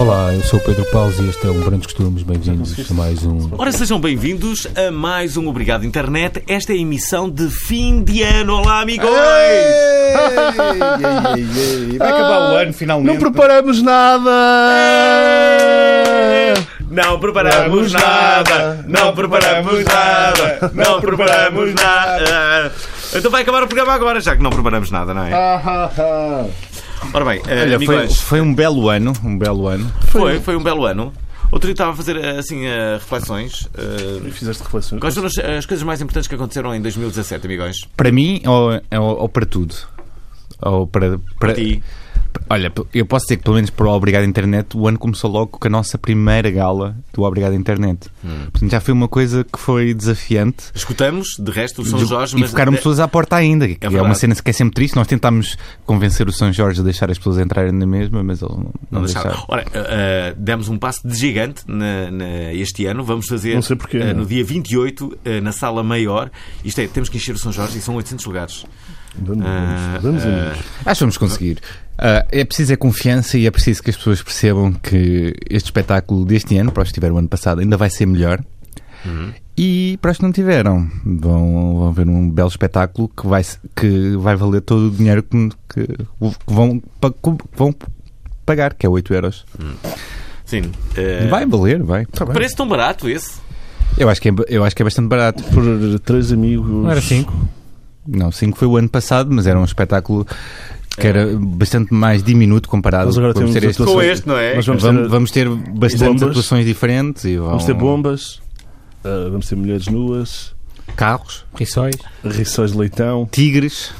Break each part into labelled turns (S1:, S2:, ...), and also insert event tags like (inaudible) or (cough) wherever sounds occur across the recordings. S1: Olá, eu sou o Pedro Paus e este é um Brandos Costumes. Bem-vindos a mais um.
S2: Ora, sejam bem-vindos a mais um Obrigado Internet. Esta é a emissão de fim de ano. Olá, amigos!
S3: Ei, ei, ei, ei. Vai acabar o ano finalmente.
S4: Ah, Não preparamos nada!
S2: Não preparamos nada, não preparamos nada, não preparamos nada. Então vai acabar o programa agora, já que não preparamos nada, não é? Ora bem, eh,
S3: Olha, foi,
S2: amigos,
S3: foi um belo ano, um belo ano.
S2: foi, foi um belo ano. Outro dia estava a fazer eh, assim eh, reflexões. eh,
S4: Fizeste reflexões.
S2: Quais foram as, as coisas mais importantes que aconteceram em 2017, amigões?
S3: Para mim ou, ou- ou para tudo? Ou para, para-
S2: Para ti?
S3: Olha, eu posso dizer que pelo menos para o Obrigado Internet o ano começou logo com a nossa primeira gala do Obrigado Internet.
S2: Hum.
S3: Portanto, já foi uma coisa que foi desafiante.
S2: Escutamos, de resto, o São
S3: De-
S2: Jorge. é-
S3: e ficaram pessoas à porta ainda. que é uma
S2: verdade.
S3: cena que é sempre triste. Nós tentámos convencer o São Jorge a deixar as pessoas entrarem na mesma, mas ele não,
S2: Não
S3: deixava.
S2: deixaram. Ora, eh, eh, demos um passo de gigante na- na- este ano. Vamos fazer
S4: Não sei porquê,
S2: eh,
S4: não.
S2: no dia 28, eh, na sala maior. Isto é, temos que encher o São Jorge e são 800 lugares.
S4: Damos,
S2: Ah,
S4: damos, damos
S2: ah,
S4: amigos.
S3: Acho que vamos conseguir. Ah, é preciso é confiança e é preciso que as pessoas percebam que este espetáculo deste ano, para os que tiveram o ano passado, ainda vai ser melhor. E para os que não tiveram, vão, vão ver um belo espetáculo que vai, se- que vai valer todo o dinheiro que, que vão, pa- que vão pagar, que é 8 euros.
S2: Sim.
S4: É.
S2: eh,
S3: Vai valer, vai.
S4: Tá
S2: Parece tão barato esse.
S3: Eu, acho que é, ba- eu acho que é bastante barato.
S4: Por três amigos.
S3: Não, 5 foi o ano passado, mas era um espetáculo que era bastante mais diminuto comparado
S4: Nós É. agora
S3: com o que
S4: temos
S3: ser este.
S4: atuações-
S2: Com este, não é?
S4: Nós
S3: Vamos,
S4: vamos, ter,
S3: vamos ter bastantes
S4: bombas.
S3: atuações diferentes e vão-
S4: vamos ter bombas, ah, vamos ter mulheres nuas,
S3: carros,
S1: Rissóis.
S4: riçóis de leitão, Ah,
S3: tigres,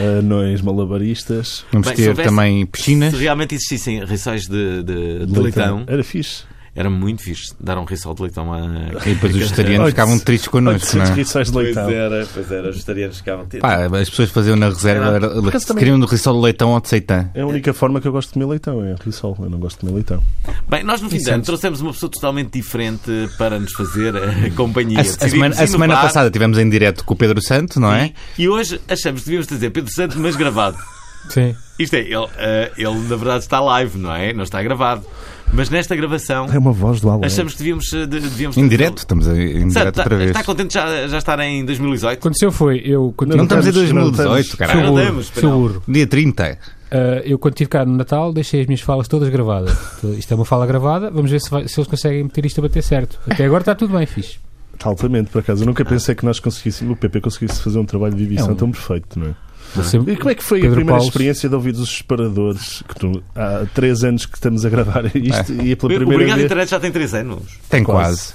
S4: anões malabaristas.
S3: vamos
S2: Bem, se
S3: ter
S2: houvesse-
S3: também piscinas.
S2: Se realmente existissem rissóis de, de, de leitão,
S4: Era fixe.
S2: era muito fixe dar um rissol de leitão a.
S3: (laughs) E depois os vegetarianos
S4: Oito-
S3: ficavam tristes connosco, não
S4: 800
S3: é?
S4: riçóis de leitão.
S2: era, pois era, os vegetarianos ficavam.
S3: Pá, as pessoas faziam na reserva,
S2: Ah,
S3: era,
S4: acaso também-
S3: queriam do rissol de leitão ou de seitã.
S4: É a única forma que eu gosto de comer leitão, é risol. Eu não gosto de comer leitão.
S2: Bem, nós no fim de ano trouxemos uma pessoa totalmente diferente para nos fazer eh, (laughs) companhia.
S3: A, a semana, a
S2: Decidimos
S3: semana
S2: inovar.
S3: passada tivemos em direto com o Pedro Santo, não é?
S2: E hoje achamos que devíamos dizer Pedro Santos, mas gravado.
S1: Sim.
S2: Isto é, ele, eh, ele na verdade está live, não é? Não está gravado. Mas nesta gravação
S4: É uma voz do além.
S2: achamos que devíamos. eh, de- devíamos
S3: Em direto, estamos em em
S2: Santo,
S3: direto
S2: está,
S3: outra vez.
S2: está contente de já, já estar em 2018?
S1: Aconteceu foi, eu quando
S3: Não
S4: Não
S3: estamos em
S4: estamos- não estamos.
S3: 2018,
S1: Sou
S3: caralho.
S2: Não
S1: burro,
S2: damos,
S1: sou
S2: não.
S1: burro.
S3: Dia 30.
S1: Ah, eu quando tive cá no Natal deixei as minhas falas todas gravadas. (laughs) Então, Isto é uma fala gravada, vamos ver se, vai- se eles conseguem meter isto a bater certo. Até agora está tudo bem, fixe.
S4: Altamente, por acaso. Eu nunca pensei que nós conseguíssemos, o PP conseguisse fazer um trabalho de edição tão perfeito, não Ah. é? E como é que foi
S1: Pedro
S4: a primeira
S1: Paulo.
S4: experiência de ouvir os separadores? Que tu, há três anos que estamos a gravar isto e é pela primeira
S2: Obrigado, a
S4: vez.
S2: internet já tem 3 anos.
S3: Tem
S4: Quase.
S3: quase.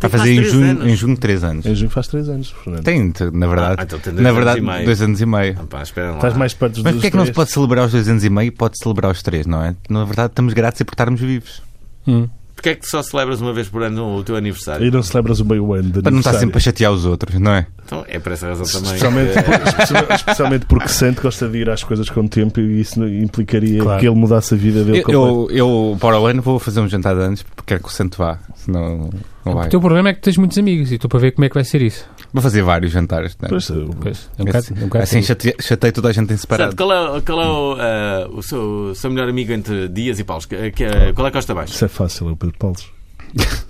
S3: Vai
S2: quase
S3: fazer em
S2: três
S3: junho,
S2: anos.
S3: em junho 3 anos.
S4: Em junho faz três anos, Fernando.
S3: Tem, te- na
S2: Ah,
S3: verdade.
S2: então tem dois
S3: Na
S2: anos
S3: verdade,
S2: e meio.
S3: dois anos e meio.
S2: Ah, pá, espera lá.
S4: Estás mais perto dos
S3: Mas porquê é que não se
S4: três.
S3: pode celebrar os dois anos e meio e pode celebrar os três, não é? Na verdade, estamos gratos a por estarmos vivos.
S1: Hum.
S2: Porquê é que só celebras uma vez por ano o teu aniversário?
S4: E não celebras o meio ano de
S3: Para não estar
S4: aniversário.
S3: sempre a chatear os outros, não é?
S2: Então é por essa razão também. Eh,
S4: Especialmente,
S2: que-
S4: especialmente- especialmente porque Santo gosta de ir às coisas com o tempo e isso implicaria
S1: Claro.
S4: que ele mudasse a vida dele
S3: Eu, eu, eu, para o ano, vou fazer um jantar de anos porque quero que o santo vá. Senão não vai.
S1: O teu problema é que tens muitos amigos e estou para ver como é que vai ser isso.
S3: Vou fazer vários jantares. Não é?
S4: Pois, eu-
S1: Pois, é um bocado- é um bocado
S3: assim
S1: assim.
S3: chatei, chatei toda a gente em
S2: Santo,
S3: separado.
S2: qual é, qual é o, eh, o seu, o seu melhor amigo entre Dias e Paulo? Que- que- qual é que gosta mais?
S4: isso é fácil, é o Pedro Paulo.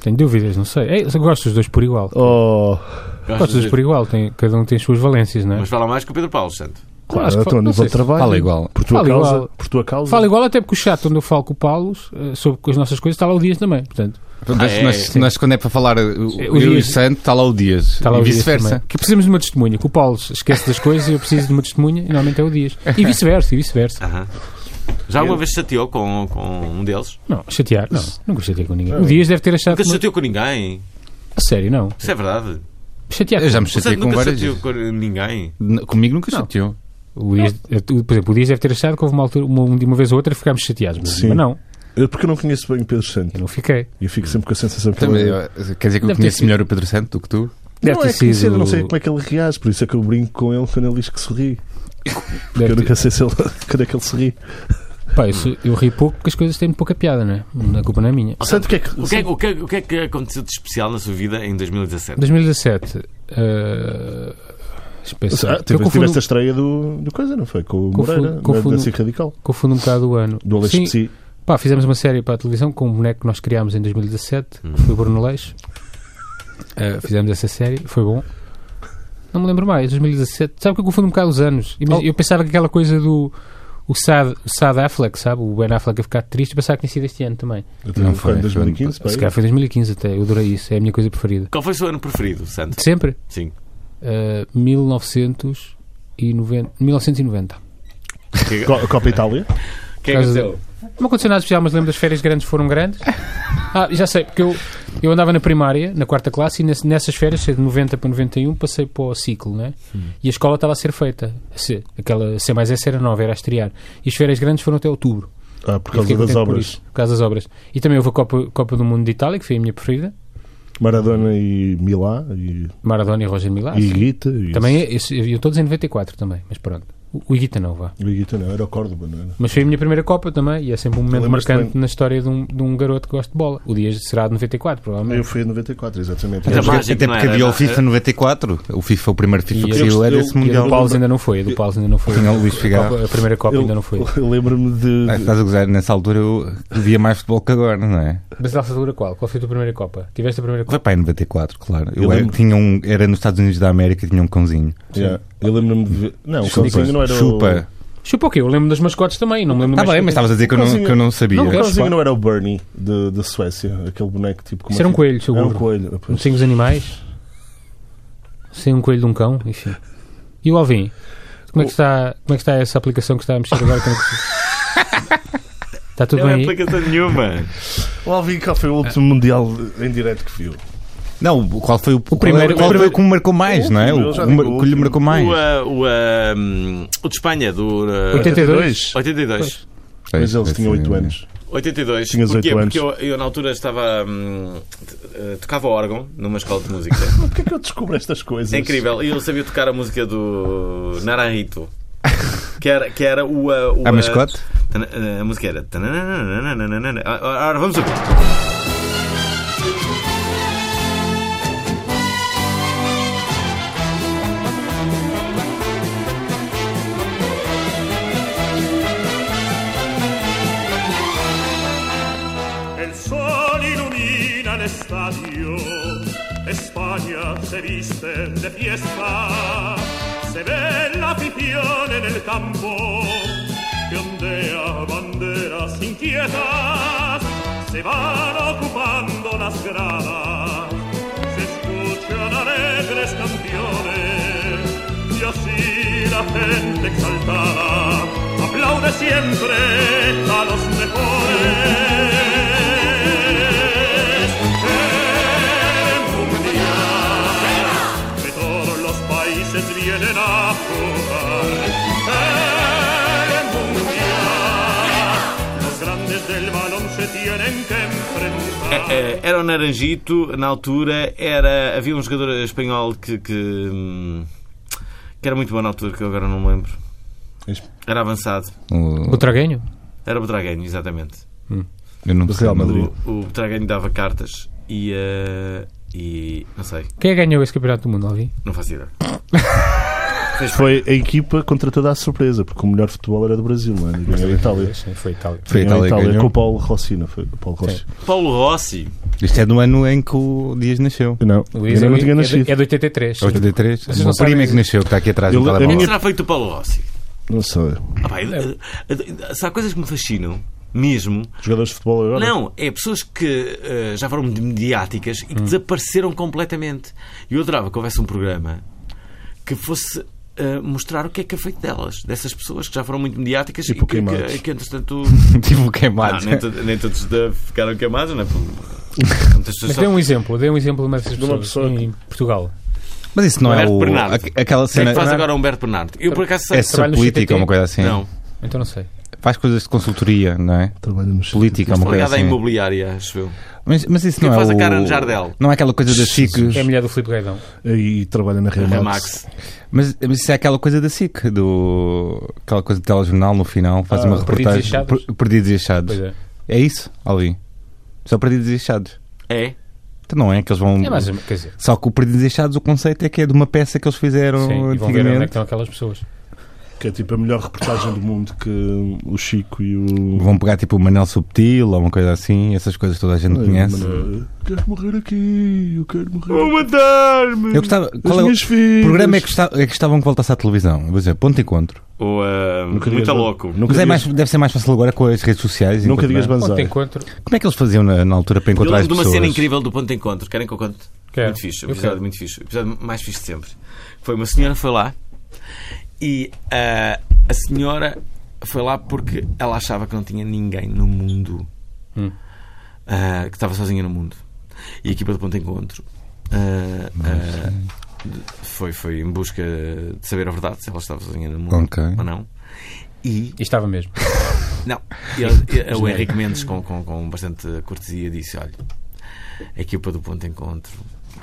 S1: Tenho dúvidas, não sei. Ei, eu gosto dos dois por igual.
S4: Oh,
S2: Gosta
S1: Gosto dos dois
S2: de-
S1: por igual, tem, cada um tem as suas valências, não é?
S2: Mas fala mais que o Pedro Paulo, Santo.
S4: claro,
S1: Acho que
S4: então, a
S1: não
S4: nível
S1: sei.
S4: de trabalho.
S3: Fala igual.
S4: Por tua
S1: Fala
S4: causa.
S1: igual.
S4: Por tua causa.
S1: Falo igual até porque o chat onde eu falo com o Paulo eh, sobre as nossas coisas está lá o Dias também, portanto.
S3: Mas
S2: Ah, é,
S3: nós,
S2: é.
S3: nós, quando é para falar o,
S1: É,
S3: eu
S1: o
S3: e o
S1: Dias-
S3: santo, está lá o Dias.
S1: Está lá
S3: e
S1: o Dias
S3: vice-versa.
S1: também. Que precisamos de uma testemunha. Que o Paulo esquece das coisas e eu preciso de uma testemunha e normalmente é o Dias. E vice-versa, e vice-versa.
S2: Aham. Já alguma vez chateou com, com um deles?
S1: (laughs) Não, chatear. Não, nunca chateei com ninguém. O Dias deve ter achado.
S2: Nunca se
S1: que-
S2: chateou com ninguém.
S1: A sério, não.
S2: Isso é verdade.
S1: chateado.
S3: Eu já me
S2: O
S3: chatei
S2: Santo
S3: com
S2: nunca
S3: várias
S2: chateou com ninguém.
S3: N- Comigo nunca
S1: Não.
S3: chateou.
S1: O Luís, eh, tu- por exemplo, o Dias deve ter achado que houve uma altura, uma, de uma vez ou outra, ficámos chateados. Mas,
S4: Sim.
S1: mas não,
S4: É porque eu não conheço bem o Pedro Santo.
S1: eu não fiquei.
S4: E eu fico sempre com a sensação que
S3: Também,
S4: ele
S3: eu- quer dizer
S1: Deve ter
S3: que eu conheço
S1: sido.
S3: melhor o Pedro Santo do que tu?
S1: Deve
S4: não
S1: ter
S4: é conhecido,
S1: sido.
S4: não sei como é que ele reage, por isso é que eu brinco com ele quando ele diz que sorri. Porque
S1: deve
S4: eu
S1: ter-
S4: nunca sei se ele, (laughs) quando é que ele sorri.
S1: Pá, eu, sou- eu ri pouco porque as coisas têm muito pouca piada, não é? A culpa não é minha.
S4: Santo, o que é que.
S2: O que, é, o, que é, o que é que aconteceu de especial na sua vida em 2017?
S1: 2017. eh, deixa eu pensar.
S4: Ah,
S1: eu
S4: tive, tive
S1: confundo,
S4: esta estreia do, do coisa, não foi? Com o
S1: Confundo-
S4: Moreira,
S1: confundo-
S4: da Dança Radical,
S1: confundo um bocado o ano.
S4: do Alex
S1: Sim,
S4: Psi.
S1: pá, fizemos uma série para a televisão com um boneco que nós criámos em 2017, que foi o Bruno Leix. Eh, fizemos essa série, foi bom. Não me lembro mais, 2017. Sabe que eu confundo um bocado os anos. Imagina- Eu pensava que aquela coisa do. O Sad, o Sad Affleck, sabe? O Ben Affleck a ficar triste, eu pensava que tinha sido este ano também.
S4: Eu tive um
S3: Não foi,
S4: bocado em
S3: foi-
S4: 2015,
S1: Se
S4: pá,
S1: calhar foi 2015 até, eu adorei isso, é a minha coisa preferida.
S2: Qual foi o seu ano preferido, Santo?
S1: De sempre?
S2: Sim.
S1: Uh, 1990. 1990.
S2: Que-
S4: Co- Copa Itália.
S2: O que é que aconteceu?
S1: Não aconteceu nada especial, mas lembro das férias grandes foram
S4: (laughs)
S1: grandes. Ah, já sei, porque eu, eu andava na primária, na quarta classe, e nesse- nessas férias, de 90 para 91, passei para o ciclo, né? E a escola estava a ser feita. Se, aquela C mais S era nova, era a estrear. E as férias grandes foram até outubro.
S4: Ah, por
S1: E fiquei
S4: causa das
S1: contente por
S4: obras.
S1: isso, por causa das obras. E também houve a Copa, Copa do Mundo de Itália, que foi a minha preferida.
S4: Maradona e Milá e,
S1: Maradona e Roger Milá.
S4: e
S1: Ah, sim.
S4: Guita. E,
S1: Também, é esse- eu todos em 94 também, mas pronto. O, o Iguita não, vá.
S4: E Guita não, era o Córdoba, não era?
S1: Mas foi a minha primeira Copa também e é sempre um momento
S4: Lembras-te
S1: marcante
S4: bem?
S1: na história de um, de um garoto que gosta de bola. O Dias será de 94,
S4: Eu
S1: provavelmente.
S4: fui em 94, exatamente.
S2: Até
S4: Eu
S2: mais.
S4: joguei-
S2: mágico,
S3: Até
S2: não
S3: porque
S2: era?
S3: havia o
S2: Não,
S3: FIFA 94. O FIFA, o primeiro FIFA
S1: E
S3: que
S1: eu-
S3: saiu era
S4: eu-
S3: esse
S4: eu-
S1: E a
S3: Mundial.
S1: do Paulo ainda não foi, a do Paulo ainda não foi.
S3: Tinha o Luís
S1: A,
S3: Figueiredo.
S1: Copa- a primeira Copa ainda não foi.
S4: Eu (laughs) lembro-me de.
S3: Ah, Estás a gozar, nessa altura eu via mais futebol que agora, não é?
S1: Mas nessa altura qual? Qual foi a tua primeira Copa? Tiveste a primeira Copa?
S3: Foi para em 94, claro. Eu,
S4: Eu
S3: era,
S4: lembro.
S3: tinha um, era nos Estados Unidos da América, tinha um cãozinho.
S4: Yeah, Eu lembro-me de. ver- Não, o
S3: Chupa,
S4: Cãozinho não era. o-
S3: chupa.
S1: Chupa o quê? Eu lembro das mascotes também, não me lembro
S3: Está
S1: mais.
S3: Tá bem, mas estavas a dizer que eu não,
S4: Cãozinho-
S3: que eu não sabia.
S1: Não,
S4: O
S1: claro.
S4: Cãozinho não era o Bernie de- da Suécia, aquele boneco tipo. com
S1: Isso era um
S4: uma-
S1: coelho, seu
S4: Era um
S1: burro.
S4: coelho.
S1: Não
S4: pois.
S1: sei os animais. Sem um coelho de um cão, enfim. E o Alvin? Como é que está, como é que está essa aplicação que está a mexer agora? Como é que se- Está tudo
S2: Não é
S1: bem aí?
S2: aplicação nenhuma.
S4: O Alvin cá foi o último
S1: É.
S4: Mundial em direto que viu.
S3: É, Não, o- qual foi o, qual
S1: primeiro-
S3: era- qual
S1: o
S3: foi o que me marcou mais, não é?
S4: último,
S3: O,
S4: eu já
S3: o
S4: digo o
S3: mar- que lhe
S4: último.
S3: marcou mais.
S2: O, ah, o, ah, hum, o de Espanha, do ah,
S1: 82?
S2: 82.
S4: Mas eles
S3: Esse-
S4: tinham 8 anos.
S2: 82.
S4: Tinhas
S2: Porquê?
S4: oito anos.
S2: Porque eu, eu na altura estava. hum, t- eh, tocava órgão numa escola de música.
S4: Porquê que eu descubro estas coisas?
S2: É incrível. E eu sabia tocar a música do Naranjito. Que era, que era o. ah, o
S3: Ah, mas
S2: ah,
S3: Scott?
S2: tana- ah, A música era. tananana. Ah, ah, Ora, vamos ouvir.
S5: El sol ilumina el estadio, España se viste de fiesta, se ve la afición en el campo, que ondea banderas inquietas, se van ocupando las gradas, se escuchan alegres canciones, y así la gente exaltada aplaude siempre a los mejores. El mundial de todos los países vienen a jugar. El mundial, los grandes del balón se tienen que enfrentar.
S2: Eh, Era o Naranjito, na altura era. Havia um jogador espanhol que. que, hum, que era muito bom na altura, que eu agora não me lembro.
S4: Mas-
S2: Era avançado.
S1: O
S3: O-
S1: Traguenho?
S2: Era o Butragueño, exatamente.
S3: Eu não
S4: Do
S3: sei.
S4: Real Madrid.
S2: O, o Butragueño dava cartas e. eh, e. não sei,
S1: Quem é que ganhou esse campeonato do mundo, Alvin?
S2: não faço ideia.
S4: Foi a equipa contra toda a surpresa, porque o melhor futebol era do Brasil, não é? E Ganhou a Itália.
S1: Foi Itália.
S3: Foi a
S4: Ganhou a
S3: Itália que
S4: Itália com o
S3: ganhou.
S4: Paulo Rossi, não foi? O Paulo Rossi.
S2: Paulo Rossi.
S3: Isto é do ano em que o Dias nasceu.
S4: Não,
S1: Luís,
S4: eu não
S1: é,
S4: tinha
S1: é de-
S4: nascido.
S1: é de 83.
S3: 83. O
S1: Vocês não
S3: meu primo
S1: sabem-
S3: é que nasceu, que está aqui atrás
S4: Eu
S3: do
S4: lembro- a
S2: O que
S3: telemóvel.
S2: será feito do Paulo Rossi?
S4: Não sei.
S2: Ah, pá, eu- eu- eu- se há coisas que me fascinam, mesmo.
S4: Jogadores de futebol agora?
S2: Não, é pessoas que eh, já foram muito mediáticas e que desapareceram completamente. E eu adorava que houvesse um programa que fosse eh, mostrar o que é que é feito delas, dessas pessoas que já foram muito mediáticas
S4: Tipo
S2: e que,
S4: queimados.
S2: que, que, entretanto.
S3: (laughs) Tipo
S2: Ah,
S3: queimado.
S2: nem, to- nem todos da- ficaram queimados, não é? Muitas pessoas
S1: Mas um
S2: só-
S1: dê um exemplo, dê um exemplo de uma dessas
S4: uma
S1: pessoas
S4: pessoa
S1: em Portugal.
S3: Mas isso não é
S2: Humberto
S3: o,
S2: Bernardo.
S3: aqu- aquela
S2: Quem é
S3: cena.
S2: que faz agora o Humberto Bernardo? Eu por acaso sei.
S3: é
S1: Trabalho no
S3: política
S1: CTT?
S3: ou uma coisa assim.
S2: Não,
S1: Então não sei.
S3: Faz coisas de consultoria, não é?
S4: Trabalha no
S3: Política, uma
S2: estou
S3: coisa
S1: é
S2: ligado à
S3: assim.
S2: imobiliária, acho eu.
S3: Mas, mas isso
S2: Quem
S3: não é
S2: faz a
S3: o...
S2: Karen Jardel?
S3: Não é aquela coisa da SIC.
S1: É a mulher do Filipe Gaidão.
S4: E trabalha na Remax.
S2: Remax.
S3: Mas, mas isso é aquela coisa da SIC, do... aquela coisa do telejornal no final, faz uma
S1: Ah, Perdidos e
S3: reportagem.
S1: Achados?
S3: Per- Perdidos e achados.
S1: Pois é.
S3: É isso, ali. Só perdidos e achados.
S2: É.
S3: Então não é que eles vão.
S1: É mais ou menos, quer dizer.
S3: Só que o perdidos e achados, o conceito é que é de uma peça que eles fizeram
S1: Sim, e vão ver onde é que
S3: antigamente.
S1: estão aquelas pessoas.
S4: Que é tipo a melhor reportagem do mundo que hum, o Chico e o.
S3: Vão pegar tipo o Manel Subtil ou uma coisa assim, essas coisas toda a gente
S4: Ai,
S3: conhece.
S4: mano, eu Quero morrer aqui, eu quero morrer.
S2: matar-me!
S3: Eu gostava.
S4: As
S3: Qual é o
S4: minhas filhas.
S3: programa é que, gostava, é que gostavam que voltasse à televisão? Vou dizer, ponto de encontro.
S2: Ou, ah,
S4: Nunca digas
S2: muito
S4: ban-
S2: louco.
S4: Nunca
S3: Mas é
S4: digas,
S3: mais, deve ser mais fácil agora com as redes sociais.
S4: nunca
S3: encontrar.
S4: digas
S1: Ponto de
S4: banzai.
S1: encontro.
S3: Como é que eles faziam na, na altura para
S2: Eu
S3: encontrar as
S2: lembro de uma
S3: pessoas?
S2: cena incrível do ponto de encontro. Querem que eu conte?
S1: Quero.
S2: Muito fixe. Um
S1: Eu
S2: episódio
S1: quero.
S2: muito fixe. O episódio mais fixe de sempre. Foi uma senhora foi lá e ah, a senhora foi lá porque ela achava que não tinha ninguém no mundo
S1: Hum.
S2: ah, que estava sozinha no mundo. E a equipa do ponto de encontro ah, ah, foi, foi em busca de saber a verdade se ela estava sozinha no mundo
S3: Ok.
S2: ou não. E
S1: E estava mesmo.
S2: não, ele- ele- é o Henrique Mendes, com, com, com bastante cortesia, disse: olha, a equipa do Ponto de Encontro,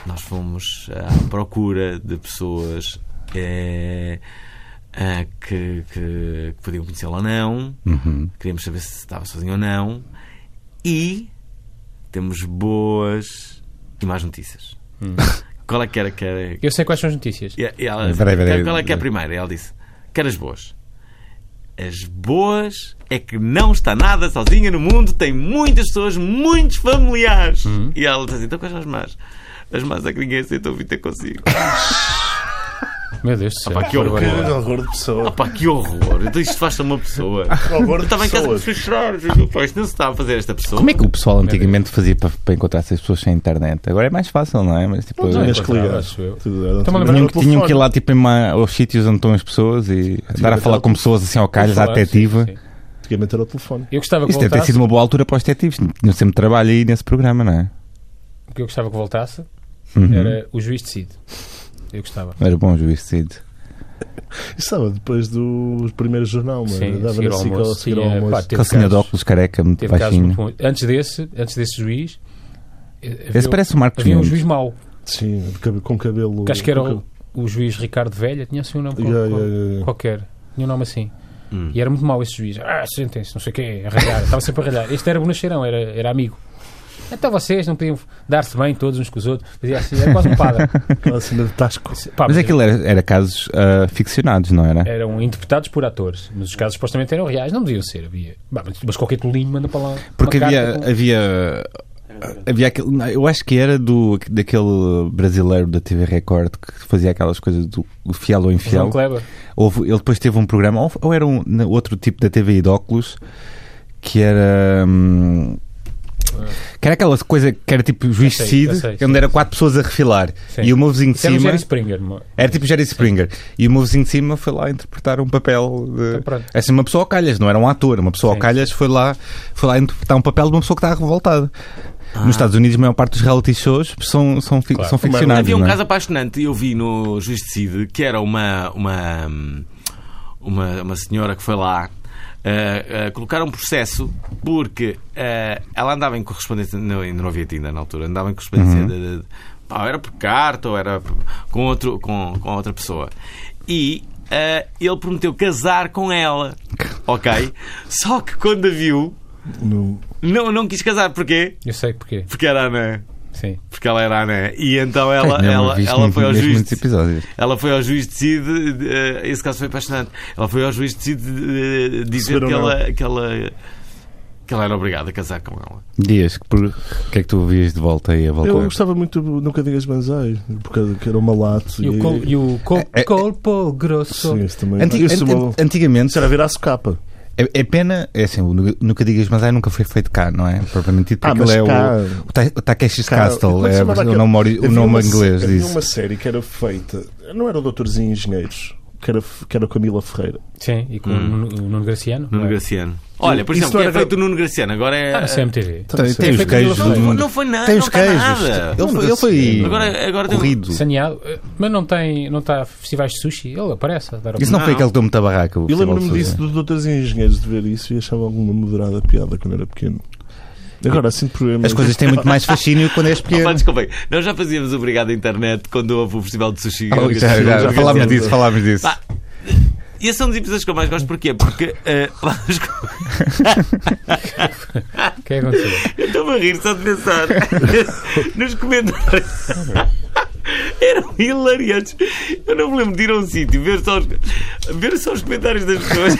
S2: nós fomos à procura de pessoas eh, ah, que, que, que podiam conhecê-lo ou não,
S3: Uhum.
S2: queríamos saber se estava sozinho ou não, e temos boas e más notícias. Qual é que era que era?
S1: Eu sei quais são as notícias.
S2: E, e ela
S3: Peraí,
S2: disse,
S3: peraí, peraí.
S2: Qual é que é a primeira? E ela disse: Quer as boas. As boas é que não está nada sozinha no mundo, tem muitas pessoas, muitos familiares.
S3: Hum.
S2: E ela disse assim: Então quais são as más? As más é que ninguém aceita ouvir ter
S3: (laughs)
S2: consigo.
S1: Meu Deus do céu.
S2: Pá, que horror.
S4: Que
S1: um
S4: horror de pessoa.
S2: Pá, que horror. Então isto faz-se a uma
S3: (laughs)
S2: pessoa.
S1: Um
S4: Que horror
S2: Eu
S4: de
S2: estava em casa com
S4: pessoa.
S2: as pessoas chorar. Jesus, pá, Isto não se está a fazer a esta pessoa.
S3: Como é que o pessoal antigamente fazia para, para encontrar essas pessoas sem internet? Agora é mais fácil, não é? Mas tipo.
S4: Não tinhas que
S1: encontrava,
S4: ligar.
S1: acho eu.
S4: Tudo, era-
S1: Também lembro-
S4: não tinha
S3: Tinham
S4: o
S3: que, tinham
S4: telefone.
S3: que ir lá tipo, em ma- aos sítios onde estão as pessoas e andar a falar com pessoas assim ao calhas, à
S1: Falar,
S3: ativa.
S1: sim, sim.
S4: Antigamente era o telefone.
S1: Eu gostava que
S3: Isso deve ter
S1: voltasse.
S3: sido uma boa altura para os detetives. Tinham sempre trabalho aí nesse programa, não é?
S1: O que eu gostava que voltasse
S3: Uhum.
S1: era o juiz decide. Eu gostava.
S3: Era bom o juiz decidir.
S4: Isso estava depois do primeiro jornal, mano.
S1: Sim,
S4: dava
S1: seguir
S4: na
S1: ao
S4: SIC
S1: almoço.
S4: ao- seguir ao
S1: Tinha, pá, tipo-
S4: almoço.
S1: teve
S3: Aquele senhor de
S1: casos-
S3: óculos careca, muito
S1: Teve casos muito
S3: baixinho.
S1: bons. Antes desse, antes desse juiz. eh,
S3: Esse
S1: havia-
S3: parece o Marcos
S1: Havia um
S3: Mendes.
S1: juiz mau,
S4: Sim, de cabe- com cabelo.
S1: que acho que era
S4: com
S1: o, o juiz Ricardo Velha, tinha assim um nome
S4: cabelo- Yeah,
S1: qual-
S4: yeah, yeah, yeah.
S1: qualquer, tinha um nome assim.
S2: Hum.
S1: E era muito mau esse juiz. Ah, sentem-se, não sei o quê, a ralhar, estava sempre a ralhar. Este era bonacheirão, era, era amigo. Então vocês não podiam dar-se bem todos uns com os outros, fazia assim, era quase um padre.
S3: (laughs)
S4: Aquela cena de Tasco.
S1: Pá,
S3: Mas aquilo era, era casos ah, ficcionados, não era?
S1: Eram interpretados por atores, mas os casos supostamente eram reais, não deviam ser. Havia. Bah, mas, mas qualquer tolinho manda para lá. uma
S3: Porque havia,
S1: carta com-
S3: havia, havia aquele, não, eu acho que era do, daquele brasileiro da TV Record que fazia aquelas coisas do o fiel ou
S1: João
S3: infiel.
S1: Kleber.
S3: Houve, ele depois teve um programa, ou, ou era um na- outro tipo da TV de óculos, que era. hum, que era aquela coisa que era tipo juiz
S1: sei,
S3: Cid,
S1: eu sei,
S3: onde
S1: sei,
S3: era quatro pessoas a refilar.
S1: Sim.
S3: E o meu vizinho de
S1: Isso era o
S3: cima.
S1: Jerry Springer. mo-
S3: Era tipo Jerry Springer. E o meu vizinho de cima foi lá interpretar um papel de.
S1: Então, pronto.
S3: É assim, uma pessoa ao calhas, não era um ator. Uma pessoa ao
S1: Sim.
S3: calhas foi lá, foi lá interpretar um papel de uma pessoa que está revoltada. Nos Estados Unidos, a maior parte dos reality shows são, são, fi-
S1: Claro.
S3: são ficcionados.
S2: Havia um
S3: não Ah. é?
S2: caso apaixonante, eu vi no Juiz Decide, que era uma, uma, uma, uma senhora que foi lá ah, ah, colocar um processo porque ah, ela andava em correspondência, não, ainda não havia Tinder na altura, andava em correspondência
S3: Uhum.
S2: de- de- pá, era por carta ou era p- com, outro, com, com outra pessoa. E ah, ele prometeu casar com ela,
S3: (laughs)
S2: ok? Só que quando a viu,
S4: No...
S2: não, não quis casar, porquê?
S1: Eu sei porquê.
S2: Porque era Ana.
S1: Sim.
S2: Porque ela era Ana. E então ela,
S3: Não,
S2: ela,
S3: viste
S2: ela
S3: muito-
S2: foi ao
S3: viste
S2: juiz.
S3: muitos episódios.
S2: Ela foi ao juiz de Cid, eh, esse caso foi apaixonante. Ela foi ao juiz de Cid eh, dizer
S4: Receberam
S2: que
S4: não.
S2: ela, que, ela, que ela era obrigada a casar com ela.
S3: Dias, que por- o que é que tu ouvias de volta aí a volta?
S4: Eu gostava muito do Nunca Digas Banzai, porque era- que era um uma lata.
S1: E o, col, e o col, colpo grosso.
S4: Sim, esse também.
S3: É, Anti-
S4: Esse
S3: an-
S4: bom.
S3: an- antigamente
S4: Isso era virar socapa.
S3: é, é pena, é assim, o Nu- nunca digas, mas aí nunca foi feito cá, não é? Propriamente dito,
S4: Ah,
S3: porque aquilo
S4: mas
S3: é
S4: cá-
S3: o, o, Ta- o Takeshi's
S4: Cara, como
S3: Castle,
S4: é que se
S3: é
S4: chamava
S3: o
S4: aquele-
S3: nome, ori- o
S4: Havia
S3: nome
S4: uma se-
S3: inglês
S4: Havia
S3: disso.
S4: uma série que era feita, não era o Doutorzinho Engenheiros, que era, que era o Camila Ferreira.
S1: Sim, e com o Nuno- o Nuno Graciano.
S2: Hum. Nuno
S1: não é?
S2: Graciano. Olha, por
S4: Isso
S2: exemplo,
S4: não
S2: que é
S4: era-
S2: feito o Nuno Graciano, agora é.
S1: Está na CMTV.
S3: Tem, tem os
S4: Não,
S3: queijos
S2: não,
S3: do mundo.
S2: não foi nada.
S3: Tem
S2: não
S3: os
S2: está
S3: queijos.
S2: Nada.
S3: Ele foi, ele foi
S2: Agora, é- agora
S4: um
S2: tem- um-
S3: corrido.
S1: Saneado. Eh, Mas não tem. Não está a festivais de sushi. Ele aparece a dar a
S3: Isso não,
S2: Não.
S3: foi aquele que deu muita barraca. o
S4: Eu
S3: Festival de
S4: lembro-me
S3: Sousa.
S4: disso dos doutores e engenheiros de ver isso e achava alguma moderada piada quando era pequeno. Agora, assim, problemas.
S3: As coisas têm
S4: (laughs)
S3: muito mais fascínio
S2: (laughs)
S3: quando é és
S2: Ah, Pá,
S3: pequeno.
S2: desculpem, nós já fazíamos obrigado à internet quando houve o Festival de Sushi.
S3: Oh, já, já, já falámos
S2: Ah,
S3: disso, falámos disso.
S2: Pá, E esse é um dos episódios que eu mais gosto, porquê? Porque. eh, (laughs) pá, desculpa,
S1: O que é que aconteceu?
S2: eu Estou-me a rir só de
S3: (laughs)
S2: pensar nos comentários. Eram hilariantes. Eu não me lembro de ir a um sítio, ver só os, ver só os comentários das
S3: (laughs)
S2: pessoas.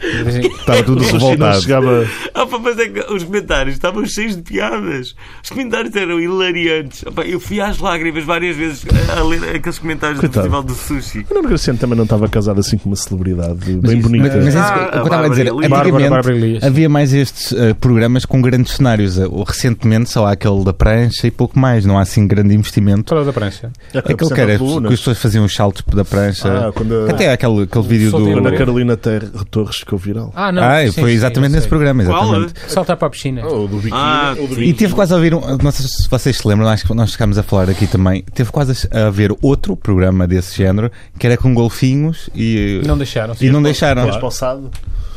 S1: De vez em-
S3: Estava tudo
S4: O Sushi não
S3: revoltado.
S4: chegava.
S2: Ah, pá, mas é que os comentários estavam cheios de piadas. Os comentários eram hilariantes. Ah, pá, eu fui às lágrimas várias vezes a, a ler aqueles comentários
S4: Coitado.
S2: do Festival do Sushi.
S4: O Nuno Graciano também não estava casado assim com uma celebridade bem bonita.
S3: Mas, mas é isso
S2: Ah,
S3: que eu estava a
S2: Bárbara
S3: dizer.
S2: Elias.
S1: Bárbara,
S3: Antigamente
S1: Bárbara Elias.
S3: havia mais estes eh, programas com grandes cenários. Eh, o- Recentemente só há aquele da prancha e pouco mais. Não há assim grande investimento.
S1: Toda da prancha.
S3: Aquele que era as pessoas- que as pessoas faziam os saltos da prancha.
S4: é? Ah, quando a-
S3: Até aquele, aquele vídeo
S1: Só
S3: do.
S1: tem
S4: Quando a Carolina Ter- Torres ficou viral.
S1: Ah, não.
S3: Ah,
S1: sim,
S3: foi
S1: sim,
S3: exatamente
S1: eu
S3: nesse
S1: sei.
S3: programa. Oh.
S2: Qual?
S3: Exatamente.
S1: Saltar para a piscina.
S4: Ou do biquíni.
S2: Ah,
S4: ou do
S2: sim.
S3: E
S4: biquíni.
S3: teve quase a ouvir, um, não sei se vocês se lembram, acho que nós chegámos a falar aqui também. Teve quase a haver outro programa desse género que era com golfinhos e
S1: Não deixaram.
S3: e não deixaram.
S4: Mas passado.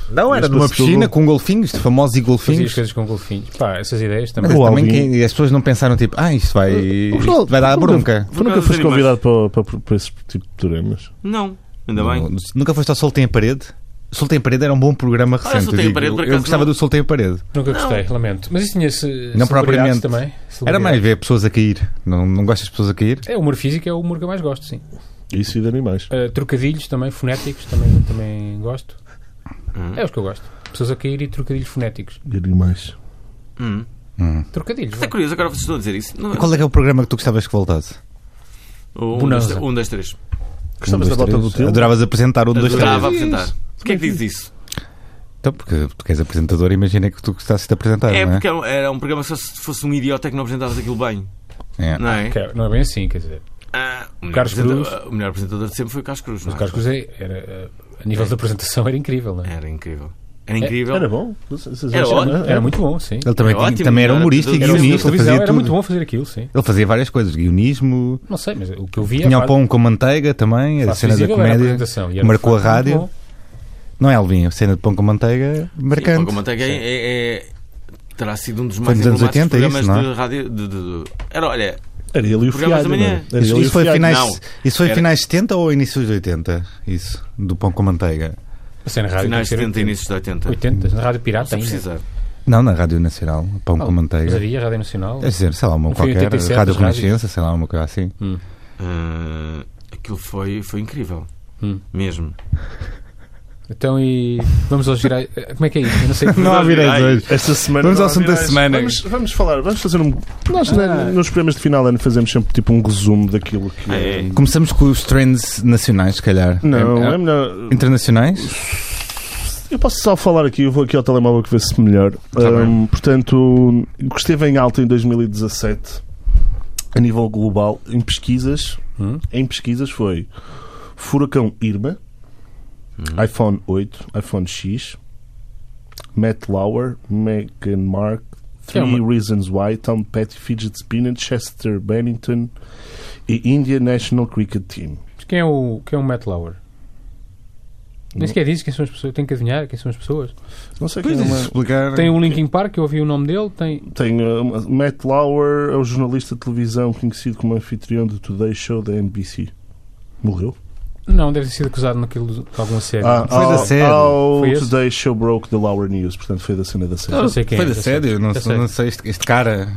S3: Não, era
S4: Este
S3: numa
S4: para Setúbal.
S3: piscina com golfinhos, de famosos e
S1: Fazia as
S3: golfinhos.
S1: coisas com golfinhos. Pá, essas ideias
S3: Mas
S1: também.
S4: O
S3: também
S4: Alvin.
S3: que as pessoas não pensaram tipo, ah, isto vai, isto
S4: Ronaldo,
S3: vai dar a
S4: tu nunca-
S3: bronca.
S4: Tu nunca
S2: causa
S4: foste
S2: dos
S4: convidado para, para, para esse tipo de programas.
S2: Não, ainda bem.
S3: Não, Nunca foste ao Soltem a Parede? Soltem a Parede era um bom programa recente.
S2: é Sol
S3: eu
S2: Tem a
S3: digo.
S2: Parede, por
S3: eu
S2: acaso,
S3: gostava
S2: não.
S3: do Soltem a Parede.
S1: Nunca gostei, lamento. Mas isso tinha-se.
S3: Não
S1: celebridades
S3: propriamente.
S1: Também,
S3: Era
S1: celebridades.
S3: mais ver pessoas a cair. Não, não gostas de pessoas a cair?
S1: É, o humor físico é o humor que eu mais gosto, sim.
S4: Isso e de animais.
S1: Ah, trocadilhos também, fonéticos, também, também gosto. É os que eu gosto. Pessoas a cair e trocadilhos fonéticos.
S4: E animais.
S2: Hum.
S1: Trocadilhos.
S2: Está
S1: vá.
S2: curioso, agora vocês estão a dizer isso. Não,
S3: Qual é que é o programa que tu gostavas que voltasse?
S2: Um,
S1: Bonanza.
S2: das, um das três.
S4: Gostavas da
S3: dois,
S4: bota
S3: três.
S4: do teu?
S3: Adoravas apresentar um, dois, três.
S2: Adorava apresentar. Porquê é que diz isso?
S3: Então, porque tu és apresentador, imagina que tu gostasses de apresentar,
S2: É
S3: não é?
S2: porque era um- era um programa só se fosse um idiota que não apresentavas aquilo bem.
S3: É.
S2: Não é?
S1: Que- Não é bem assim, quer dizer.
S2: Ah, o, melhor
S1: Carlos
S2: apresenta-
S1: Cruz.
S2: o melhor apresentador de sempre foi o Carlos Cruz.
S1: Mas
S2: não
S1: o
S2: é?
S1: Carlos Cruz é- era, ah, a nível da apresentação era incrível, não é?
S2: Era incrível. Era incrível.
S4: Era bom. Vocês
S2: Era
S4: acharam,
S2: ótimo.
S4: não é?
S1: Era muito bom, sim.
S3: Ele também,
S2: É
S3: tinha-
S2: ótimo,
S3: também era
S2: era
S3: humorista e
S2: tudo- era
S3: guionista,
S1: televisão,
S3: fazia
S1: era
S3: tudo.
S1: muito bom fazer aquilo, sim.
S3: Ele fazia várias coisas, guionismo,
S1: Não sei, mas o que eu via.
S3: tinha
S1: é
S3: o
S1: pá,
S3: pão com manteiga também, a
S1: face
S3: cena da
S1: visível era a
S3: comédia,
S1: apresentação, e era, de
S3: marcou a
S1: facto, muito
S3: rádio.
S1: bom.
S3: Não é, Alvin? A cena de pão com manteiga,
S2: Sim, Fogo
S3: marcante.
S2: com Manteiga é, é- é- terá sido um dos
S3: Foi
S2: mais
S3: nos anos
S2: emblemáticos
S3: 80 isso,
S2: programas
S3: não é?
S2: de rádio. de- de- de- Era, olha,
S4: Era ele e o
S2: Programas
S4: Fialho,
S2: da
S4: não
S2: manhã.
S4: era? Era
S3: Isso,
S4: ele e
S3: isso
S4: o
S3: foi
S4: Fialho.
S3: finais,
S2: Não.
S3: isso foi
S2: Era-
S3: finais 70 ou inícios de 80? Isso, do pão com manteiga.
S1: A cena rádio.
S2: finais de
S1: tinha que ser
S2: 70 e inícios de 80.
S1: 80, na Rádio Pirata
S2: Se
S1: ainda.
S2: precisar.
S3: Não, na Rádio Nacional, pão
S1: Ah,
S3: com
S1: Mas
S3: manteiga.
S1: havia Rádio Nacional.
S3: É dizer, sei lá, uma
S1: Não foi em
S3: qualquer,
S1: 87
S3: Rádio
S1: as rádios?
S3: Renascença, sei lá, uma coisa assim.
S2: Ah, aquilo foi, foi incrível.
S1: Hum.
S2: Mesmo.
S1: Então e vamos aos virais. eh, Como é que é isso? Eu não sei.
S3: (laughs) Não há virais
S2: Ai,
S3: hoje.
S4: Esta semana
S3: Vamos
S4: não
S3: ao
S4: há
S3: assunto da
S4: virais.
S3: semana.
S4: Vamos, vamos falar, vamos fazer um. Nós na- nos programas de final ano fazemos sempre tipo um resumo daquilo que.
S2: É,
S3: Começamos com os trends nacionais, se calhar.
S4: Não,
S3: É-
S4: é
S3: é-
S4: melhor.
S3: Internacionais?
S4: Eu posso só falar aqui, eu vou aqui ao telemóvel que vê se melhor. Ahm, portanto, o que esteve em alta em 2017, a nível global, em pesquisas,
S1: Hum?
S4: em pesquisas foi Furacão Irma,
S1: Hum.
S4: iPhone 8, iPhone X, Matt Lauer, Meghan Mark,
S1: É
S4: Three
S1: uma-
S4: Reasons Why, Tom Petty, Fidget Spinner, Chester Bennington e India National Cricket Team.
S1: Mas Quem é o, quem é o Matt Lauer? Nem
S4: Não.
S1: sequer diz quem são as pessoas. Tenho que adivinhar quem são as pessoas.
S4: Não sei quem é uma...
S3: explicar.
S1: Tem um- o Linkin Park, eu ouvi o nome dele. Tem.
S4: Tem uh, Matt Lauer, é o jornalista de televisão conhecido como anfitrião do Today Show da NBC. Morreu?
S1: Não, deve ter sido acusado naquilo de alguma É. série.
S3: foi da
S4: ao,
S3: série.
S4: ah, ao
S1: Foi esse?
S4: Today Show broke the Lauer News, portanto foi da cena da série.
S1: não sei quem
S3: Foi
S1: é,
S3: de
S1: já
S3: sério?
S1: sei.
S3: Não,
S1: Já sei.
S3: não sei, este, este cara.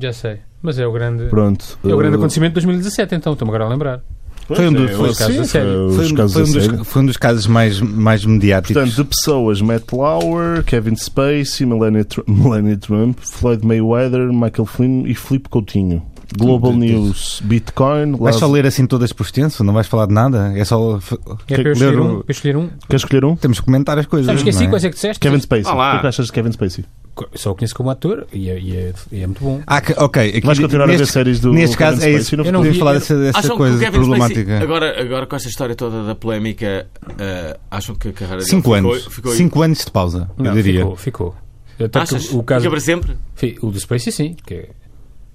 S1: Já sei. Mas é o grande.
S4: Pronto.
S1: É o grande
S4: uh,
S1: acontecimento de 2017, então, estou-me agora a lembrar.
S4: pois
S3: Foi um
S4: é,
S3: dos- foi
S1: o caso
S4: sim,
S1: da série.
S4: foi os
S3: Foi, um-
S4: casos
S3: foi
S4: da
S3: um
S4: série.
S3: dos, foi um dos casos mais, mais mediáticos.
S4: Portanto, de pessoas, Matt Lauer, Kevin Spacey, Melania, Tr- (laughs) Melania Trump, Floyd Mayweather, Michael Flynn e Filipe Coutinho. Global
S3: Tudo isso.
S4: News, Bitcoin,
S3: vais só
S4: Las-
S3: ler assim todas por extenso? Não vais falar de nada? É só. f-
S1: É para eu
S3: ler
S1: escolher
S3: o-
S1: um. Para eu escolher um.
S4: Queres escolher um?
S3: Temos que comentar as coisas.
S1: Sabes, assim esqueci
S3: não é?
S1: quais é que disseste?
S4: Kevin Spacey.
S2: Olá.
S4: O que é que achas de Kevin Spacey?
S1: co- só o conheço como ator e é, e é- e é muito bom.
S3: Ah, que- ok. Aqui,
S4: Vais continuar a ver
S3: neste,
S4: séries do
S3: Neste
S4: Kevin
S3: caso é
S4: Spacey
S3: isso.
S4: no
S1: Eu não
S3: Podemos
S1: vi-
S3: falar
S1: eu-
S3: dessa, dessa
S2: Acham
S3: coisa
S2: que o Kevin
S3: problemática.
S2: Spacey, agora, agora com esta história toda da polémica, eh, acham que a carreira dele ficou,
S3: Cinco anos.
S2: ficou
S3: Cinco anos de pausa, eu
S1: Não,
S3: diria.
S1: Ficou, ficou. Até que
S2: Achas?
S1: o caso
S2: Fica para sempre?
S1: fi- o do Spacey sim, que é-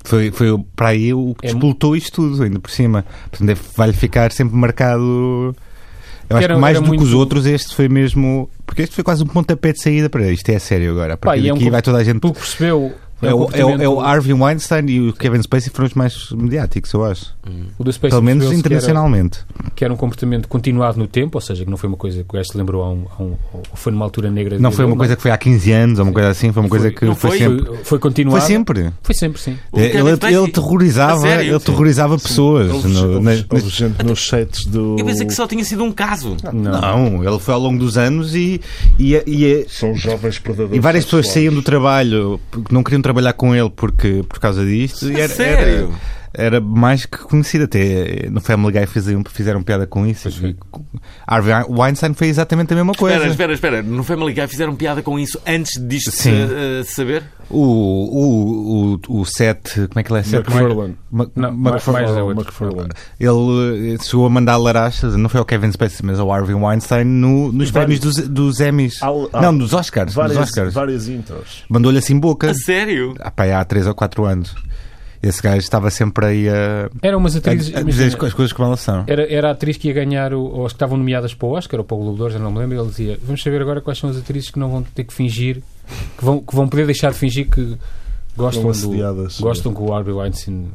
S3: Foi, foi o- para aí o que
S1: É mu-
S3: despoltou isto tudo, ainda por cima. Portanto, é- vai-lhe ficar sempre marcado. Eu acho
S1: era-
S3: que mais
S1: era
S3: do que os
S1: muito-
S3: outros, este foi mesmo. Porque este foi quase um pontapé de saída para isto. É sério agora. A
S1: Pá,
S3: partir
S1: e é um
S3: daqui
S1: com-
S3: vai toda a gente.
S1: pelo que percebeu
S3: É o, é, o, é o
S1: comportamento-
S3: Harvey Weinstein e o Kevin Spacey foram os mais mediáticos, eu acho.
S1: o do Spacey
S3: Pelo
S1: percebeu-se que
S3: menos
S1: era-
S3: internacionalmente.
S1: que era um comportamento continuado no tempo, ou seja, que não foi uma coisa que o gajo se lembrou a um, a um- ou foi numa altura negra. da
S3: Não
S1: vida
S3: foi uma
S1: dele,
S3: coisa que foi há 15 anos ou uma coisa assim, foi uma coisa
S2: Foi-
S3: que
S2: não
S3: foi
S2: foi-
S3: sempre.
S1: Foi, foi
S3: Foi
S1: continuado.
S3: sempre. É,
S1: Foi sempre, sim.
S2: O Kevin
S3: Ele,
S2: Spacey-
S3: ele
S2: A
S3: terrorizava,
S2: sério?
S3: ele
S2: Sim.
S3: terrorizava pessoas.
S4: Houve,
S3: no-
S4: houve-
S3: na-
S4: houve gente nos chats do.
S2: Eu pensei que só tinha sido um caso.
S3: Não, ele foi ao longo dos anos e, e, e,
S4: São jovens predadores.
S3: e várias pessoas
S4: sexuais.
S3: saíam do trabalho, porque não queriam trabalhar com ele porque, por causa disto. E
S2: A
S3: era,
S2: sério?
S3: Era, era mais que conhecido. Até no Family Guy fizeram, fizeram piada com isso. E com- Harvey Weinstein foi exatamente a mesma coisa.
S2: Espera, espera, espera. No Family Guy fizeram piada com isso antes disto se,
S3: Sim.
S2: eh, se saber?
S3: O, o, o, o set, como é que ele é? Seth
S1: MacFarlane.
S3: Ma-
S1: Não,
S3: MacFarlane.
S1: mais é outro.
S4: MacFarlane.
S3: Ele eh, chegou a mandar larachas, não foi ao Kevin Spacey, mas ao Harvey Weinstein no- nos
S4: Vários.
S3: prémios dos, dos Emmys.
S4: Al- al-
S3: não, dos Oscars. dos
S4: Várias,
S3: Oscars.
S4: várias intros.
S3: Mandou-lhe assim boca
S2: A sério?
S3: ah, pá, há 3 ou 4 anos. Esse gajo estava sempre aí a,
S1: Eram umas
S3: a- a
S1: atrizes.
S3: dizer
S1: imagina,
S3: as, co- as coisas como elas são.
S4: É
S1: era, era a atriz que ia ganhar, o, ou as que estavam nomeadas para o Oscar ou para o Globo de Ouro, já não me lembro. e Ele dizia: Vamos saber agora quais são as atrizes que não vão ter que fingir, que vão, que vão poder deixar de fingir que gostam,
S4: Foram
S1: do,
S4: assediadas.
S1: gostam que o Harvey Weinstein.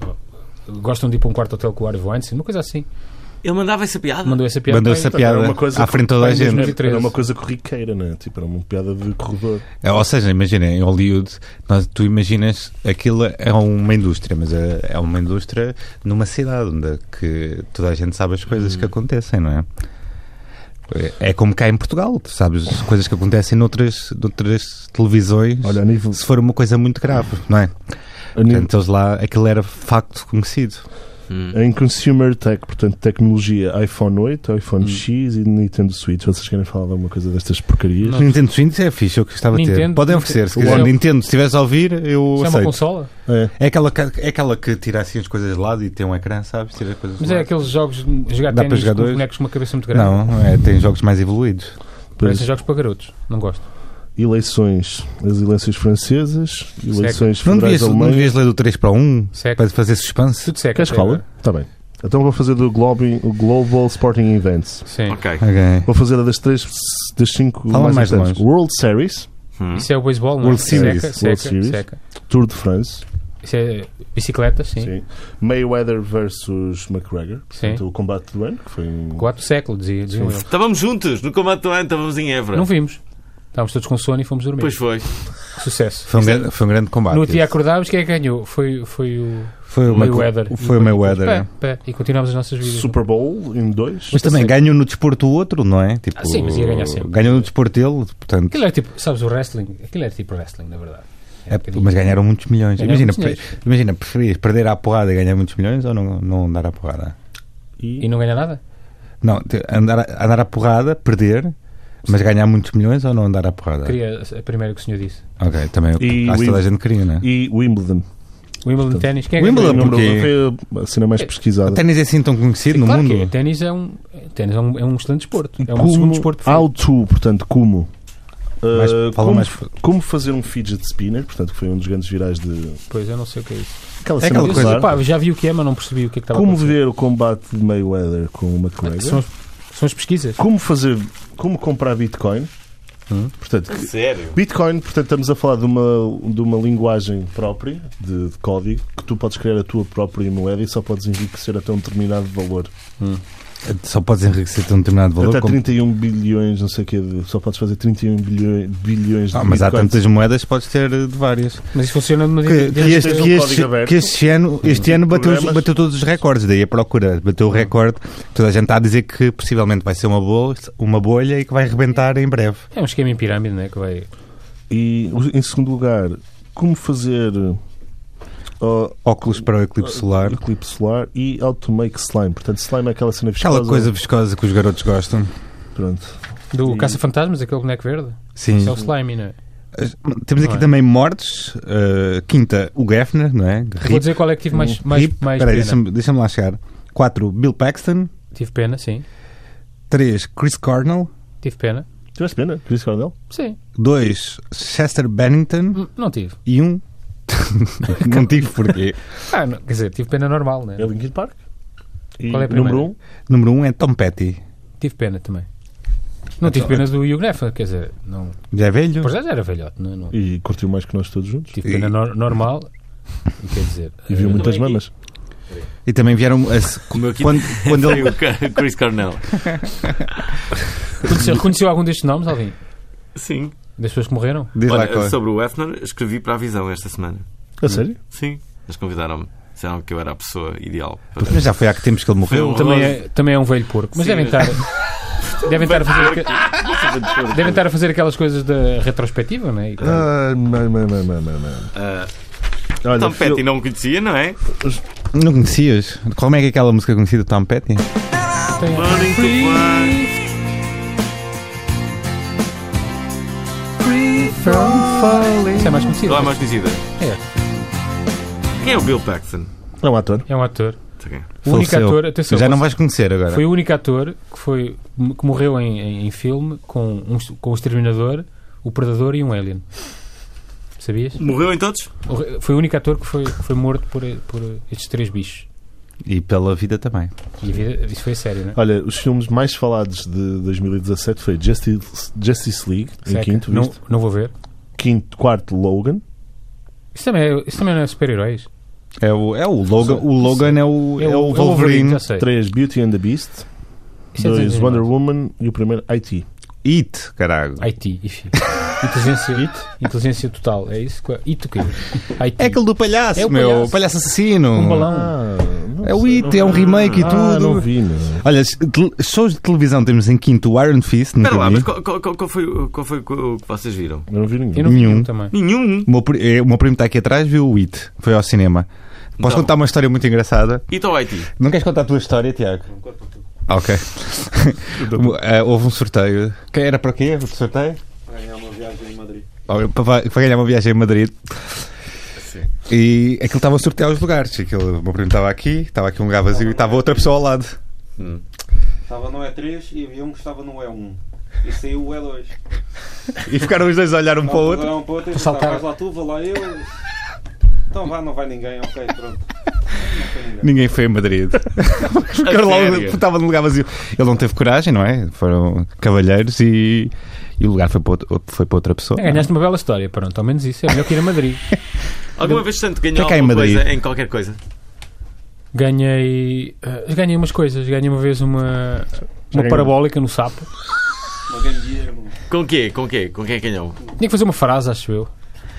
S1: Gostam de ir para um quarto hotel com o Harvey Weinstein, uma coisa assim.
S2: Ele mandava essa piada?
S1: Mandou essa piada.
S3: Mandou
S1: para
S3: essa
S1: ele.
S3: piada
S4: é uma coisa
S3: à frente de toda a
S1: bem dos
S3: gente.
S1: meus- 2013.
S4: Era uma coisa corriqueira, né? Tipo, era uma piada de corredor.
S3: É, Ou seja, imagina, em Hollywood, nós, tu imaginas aquilo é uma indústria, mas é, é uma indústria numa cidade onde é que toda a gente sabe as coisas
S4: Hum.
S3: que acontecem, não é? É é como cá em Portugal, tu sabes as coisas que acontecem noutras, noutras televisões,
S4: Olha, a nível.
S3: se for uma coisa muito grave, não é?
S4: A nível
S3: Portanto, eles lá, aquilo era facto conhecido.
S2: Hum.
S4: em Consumer Tech, portanto, tecnologia iPhone 8, iPhone X e Nintendo Switch. Vocês querem falar de alguma coisa destas porcarias?
S1: Não.
S3: Nintendo Switch é fixe, eu gostava de ter.
S1: Nintendo-
S3: Podem oferecer, se
S1: Nintendo-
S3: quiser.
S1: Uau.
S3: Nintendo, se estiveres a ouvir, eu
S1: Isso é uma
S3: aceito.
S1: consola?
S4: É.
S3: É aquela, que, é aquela que tira assim as coisas de lado e tem um ecrã, sabes? Tira as coisas
S1: Mas
S3: de
S1: é
S3: lado.
S1: aqueles jogos de jogar
S3: Dá para
S1: ténis
S3: jogar
S1: com
S3: dois?
S1: bonecos com uma cabeça muito grande.
S3: Não, é, tem jogos mais evoluídos.
S1: Parecem jogos para garotos. Não gosto.
S4: Eleições. As eleições francesas, eleições
S3: Não
S4: federais
S3: devias, não
S4: alemãs.
S3: devias ler do 3 para 1
S1: Seco.
S3: para fazer suspense?
S1: Tudo seco.
S4: Queres
S1: até
S4: cola?
S1: agora.
S4: Está bem. Então vou fazer do Globin- o Global Sporting Events.
S1: Sim.
S2: Ok.
S3: Ok.
S4: Vou fazer a das três, das cinco
S3: Fala
S4: mais,
S3: mais
S4: importantes.
S3: longe.
S4: World Series,
S2: Hum.
S1: Isso é o beisebol, não é?
S3: World Series.
S1: Seca,
S4: World
S1: seca,
S4: Series.
S1: seca.
S4: Tour de France,
S1: Isso é bicicleta, sim.
S4: sim. Mayweather versus McGregor,
S1: Sim.
S4: portanto, o combate do ano, que foi um...
S1: Quatro séculos, dizia, diziam eles.
S2: Estávamos juntos no combate do ano, estávamos em Évora.
S1: Não vimos. Estávamos todos com sono e fomos dormir.
S2: Pois foi.
S1: Sucesso.
S3: Foi um, grande, foi um grande combate.
S1: é- No outro dia acordámos, quem é que ganhou? Foi, foi o
S3: Foi o
S1: Mayweather.
S3: Foi o Mayweather. é.
S1: Pé, pé. E continuámos as nossas vidas.
S4: Super Bowl em dois.
S3: Mas também
S1: Sim.
S3: ganham no desporto o outro, não é? Tipo,
S1: Ah, sim, mas ia ganhar sempre.
S3: Ganham no desporto dele, portanto.
S1: Aquilo era tipo, sabes, o wrestling. Aquilo era tipo wrestling, na verdade. Era
S3: é,
S1: um bocadinho.
S3: mas ganharam muitos milhões.
S1: Ganharam
S3: imagina,
S1: muitos milhões.
S3: pre- imagina, preferias perder à porrada e ganhar muitos milhões ou não, não dar à porrada?
S1: E não ganha nada?
S3: Não, te- andar, a- andar à porrada, perder, mas ganhar muitos milhões ou não andar à porrada?
S1: Queria a primeira que o senhor disse.
S3: Ok, também
S4: E
S3: acho que toda a
S4: Wimbledon.
S3: gente queria, não é?
S4: E Wimbledon.
S1: Wimbledon ténis, quem é que
S3: Wimbledon,
S1: ganhou?
S4: Número
S3: porquê?
S4: foi a cena mais pesquisada.
S3: O ténis é assim tão conhecido
S1: Sim,
S3: no
S1: claro
S3: mundo?
S1: que é. Ténis é um, ténis é um, é um excelente desporto. É um
S4: Como-
S1: segundo desporto
S4: How to, portanto, como?
S3: Mais-
S4: Uh,
S3: fala
S4: como,
S3: mais-
S4: como fazer um fidget spinner, portanto, que foi um dos grandes virais de.
S1: Pois, eu não sei o que é isso.
S4: Aquela
S3: É
S4: cena
S3: aquela
S4: de
S1: Eu
S3: coisa-
S1: sei,
S4: usar.
S1: pá, já vi o que é, mas não percebi o que é que estava
S4: Como
S1: a acontecer.
S4: ver o combate de Mayweather com o
S1: Ah, São,
S4: McGregor?
S1: as, são as pesquisas.
S4: Como fazer. Como comprar Bitcoin? Portanto, que-
S2: Sério?
S4: Bitcoin, portanto, estamos a falar de uma, de uma linguagem própria, de, de código, que tu podes criar a tua própria moeda e só podes enriquecer até um determinado valor.
S3: Só podes enriquecer até um determinado valor.
S4: é. até
S3: como-
S4: 31 bilhões, não sei o quê, de- só podes fazer 31 bilhões, bilhões de
S3: Ah, mas há
S4: Bitcoins.
S3: tantas moedas, podes ter eh, de várias.
S1: Mas isso funciona de uma
S3: Que, que
S1: maneira.
S3: este,
S4: tens um
S3: que
S4: código
S3: este-
S4: aberto.
S3: que este ano, este ano bateu, os-
S4: Programas.
S3: bateu todos os recordes, daí a procura. Bateu o recorde. Toda a gente está a dizer que possivelmente vai ser uma bolha, uma bolha e que vai rebentar em breve.
S1: É um esquema em pirâmide, não é? Que vai...
S4: E, o- em segundo lugar, como fazer uh,
S3: Óculos para o eclipse solar.
S4: eclipse solar e how to make slime. Portanto, slime é aquela cena viscosa.
S3: Aquela coisa viscosa que os garotos gostam.
S4: Pronto.
S1: Do
S4: E-
S1: Caça-Fantasmas, aquele boneco verde.
S3: Sim.
S1: Isso é o slime, não é?
S3: Temos aqui
S1: Não é?
S3: também mortes. Uh, quinta, o Geffner, não é?
S1: Eu Vou dizer qual é que tive mais, mais,
S3: Rip.
S1: mais
S3: Peraí,
S1: pena.
S3: deixa-me deixa-me lá chegar. 4. Bill Paxton.
S1: Tive pena, sim.
S3: 3. Chris Cornell.
S1: Tive pena.
S4: Tiveste pena? é Chris Cornell?
S1: Sim.
S3: 2. Chester Bennington.
S1: Hum, Não tive.
S3: E 1.
S1: (laughs)
S3: Um... não tive porquê.
S1: Ah, não- quer dizer, tive pena normal, né?
S4: É Linkin Park? E
S1: Qual é a primeira?
S4: número 1? Um,
S3: Número 1 um é Tom Petty.
S1: Tive pena também. Não
S3: Então,
S1: tive pena do Hugh Neffa, quer dizer, não.
S3: Já é velho.
S1: Pois já já era velhote, não, não-
S4: e curtiu mais que nós todos juntos.
S1: Tive pena nor- normal, quer dizer.
S4: E viu
S1: eh,
S4: muitas mamas.
S3: E também vieram. a se-
S2: meu aqui-
S3: quando, quando
S2: (laughs)
S3: ele.
S2: o Chris Cornell.
S1: Conheceu, reconheceu algum destes nomes, Alvin?
S2: Sim.
S1: Das pessoas que morreram?
S3: Diz lá
S2: Olha,
S3: qual é.
S2: sobre o Hefner, escrevi para a visão esta semana.
S4: A sério?
S2: Sim. Eles convidaram-me. Disseram que eu era a pessoa ideal. para-
S3: Mas já foi há que tempos que ele
S2: Foi
S3: morreu.
S2: um-
S1: Também é, também é um velho porco. Mas
S2: Sim.
S1: devem estar.
S3: (laughs)
S1: devem, estar a fazer, aque-
S3: é-
S1: devem estar a fazer aquelas coisas da retrospectiva, não é? E-
S4: Ah, mãe, mãe, mãe, mãe, mãe, mãe.
S2: Ah, (laughs)
S4: Olha,
S2: Tom
S4: Phil-
S2: Petty não o conhecia, não é?
S3: Não conhecias? Como é que é aquela música conhecida de Tom Petty?
S1: Tem-
S2: Burning to fly.
S1: Isso é mais conhecido.
S2: Lá é mais conhecida. Quem é o Bill Paxton?
S4: É um ator.
S1: É um ator.
S2: Tá bem.
S1: O único
S3: Faleceu.
S1: ator, atenção,
S3: Já não
S1: você-
S3: vais conhecer agora.
S1: Foi o único ator que, foi, que morreu em, em, em filme com, um, com o Exterminador, o Predador e um Alien. Sabias?
S2: Morreu em todos?
S1: O- Foi o único ator que foi, que foi morto por, por estes três bichos.
S3: E pela vida também.
S1: E a vida- isso foi sério, não é?
S4: Olha, os filmes mais falados de 2017 foi Justice, Justice League, em
S1: Seca.
S4: quinto,
S1: não,
S4: visto.
S1: não vou ver.
S4: Quinto, quarto, Logan.
S1: Isso também, é- isso também não é super-herois.
S3: É o, é o Logan. O Logan é o, é o
S1: já
S3: Wolverine.
S1: sei.
S4: Três, Beauty and the Beast.
S1: Isso é
S4: dois,
S1: desenho
S4: Wonder
S1: animado.
S4: Woman. E o primeiro, IT.
S3: It, caralho.
S1: IT, enfim. Inteligência, inteligência total, é isso? Qual- IT o
S3: (laughs)
S1: quê? IT.
S3: É aquele do palhaço,
S1: É o
S3: meu.
S1: palhaço.
S3: O palhaço assassino.
S1: Um balão.
S4: Ah, não
S3: É o
S4: sei.
S3: It, é um remake e
S4: Ah, não
S3: tudo.
S4: vi, meu.
S3: Olha, s- tel- shows de televisão temos em quinto o Iron Fist. nunca
S2: Espera lá,
S3: vi.
S2: mas qual, qual- qual- qual foi, o- qual foi o que vocês viram?
S4: Eu não vi nenhum.
S1: Eu não vi
S3: Nenhum.
S1: nenhum também.
S2: Nenhum.
S3: O meu, pri- eh, o meu primo está aqui atrás, viu o It. Foi ao cinema. Posso
S2: Então.
S3: contar uma história muito engraçada?
S2: E o Haiti?
S3: Não queres contar a tua história, Tiago? Ah, Ok. (laughs) Eh, Houve um sorteio. Que era para quê? O sorteio? Para ganhar uma viagem em Madrid. Para, ganhar uma viagem em Madrid. E aquilo estava a sortear os lugares. Aquilo, o meu primo estava aqui, estava aqui um lugar vazio e estava outra pessoa ao lado.
S6: Estava no E3 e havia um que estava no E1. E saiu o E2.
S3: E ficaram os dois a olhar um para o outro.
S6: Olharam para o outro e disseram, vais lá tu, vá lá eu. Então vá, não vai ninguém, ok, pronto. Não foi ninguém.
S3: Ninguém foi a Madrid. Ficaram lá, um,
S2: sério?
S3: estava no lugar vazio. Ele não teve coragem, não é? Foram cavalheiros e, e o lugar foi para, outro- foi para outra pessoa.
S1: É, ganhaste uma bela história, pronto, ao menos isso. É melhor que ir a Madrid.
S2: Alguma vez tanto
S3: Que
S2: ganhou
S3: é que há em
S2: alguma
S3: Madrid?
S2: coisa em qualquer coisa?
S1: Ganhei. eh, ganhei umas coisas. Ganhei uma vez uma, uma
S4: ganhou.
S1: parabólica no sapo.
S6: Uma Game Gear, um-
S2: Com quê? Com quê? Com quem é ganhou?
S1: Tinha que fazer uma frase, acho eu.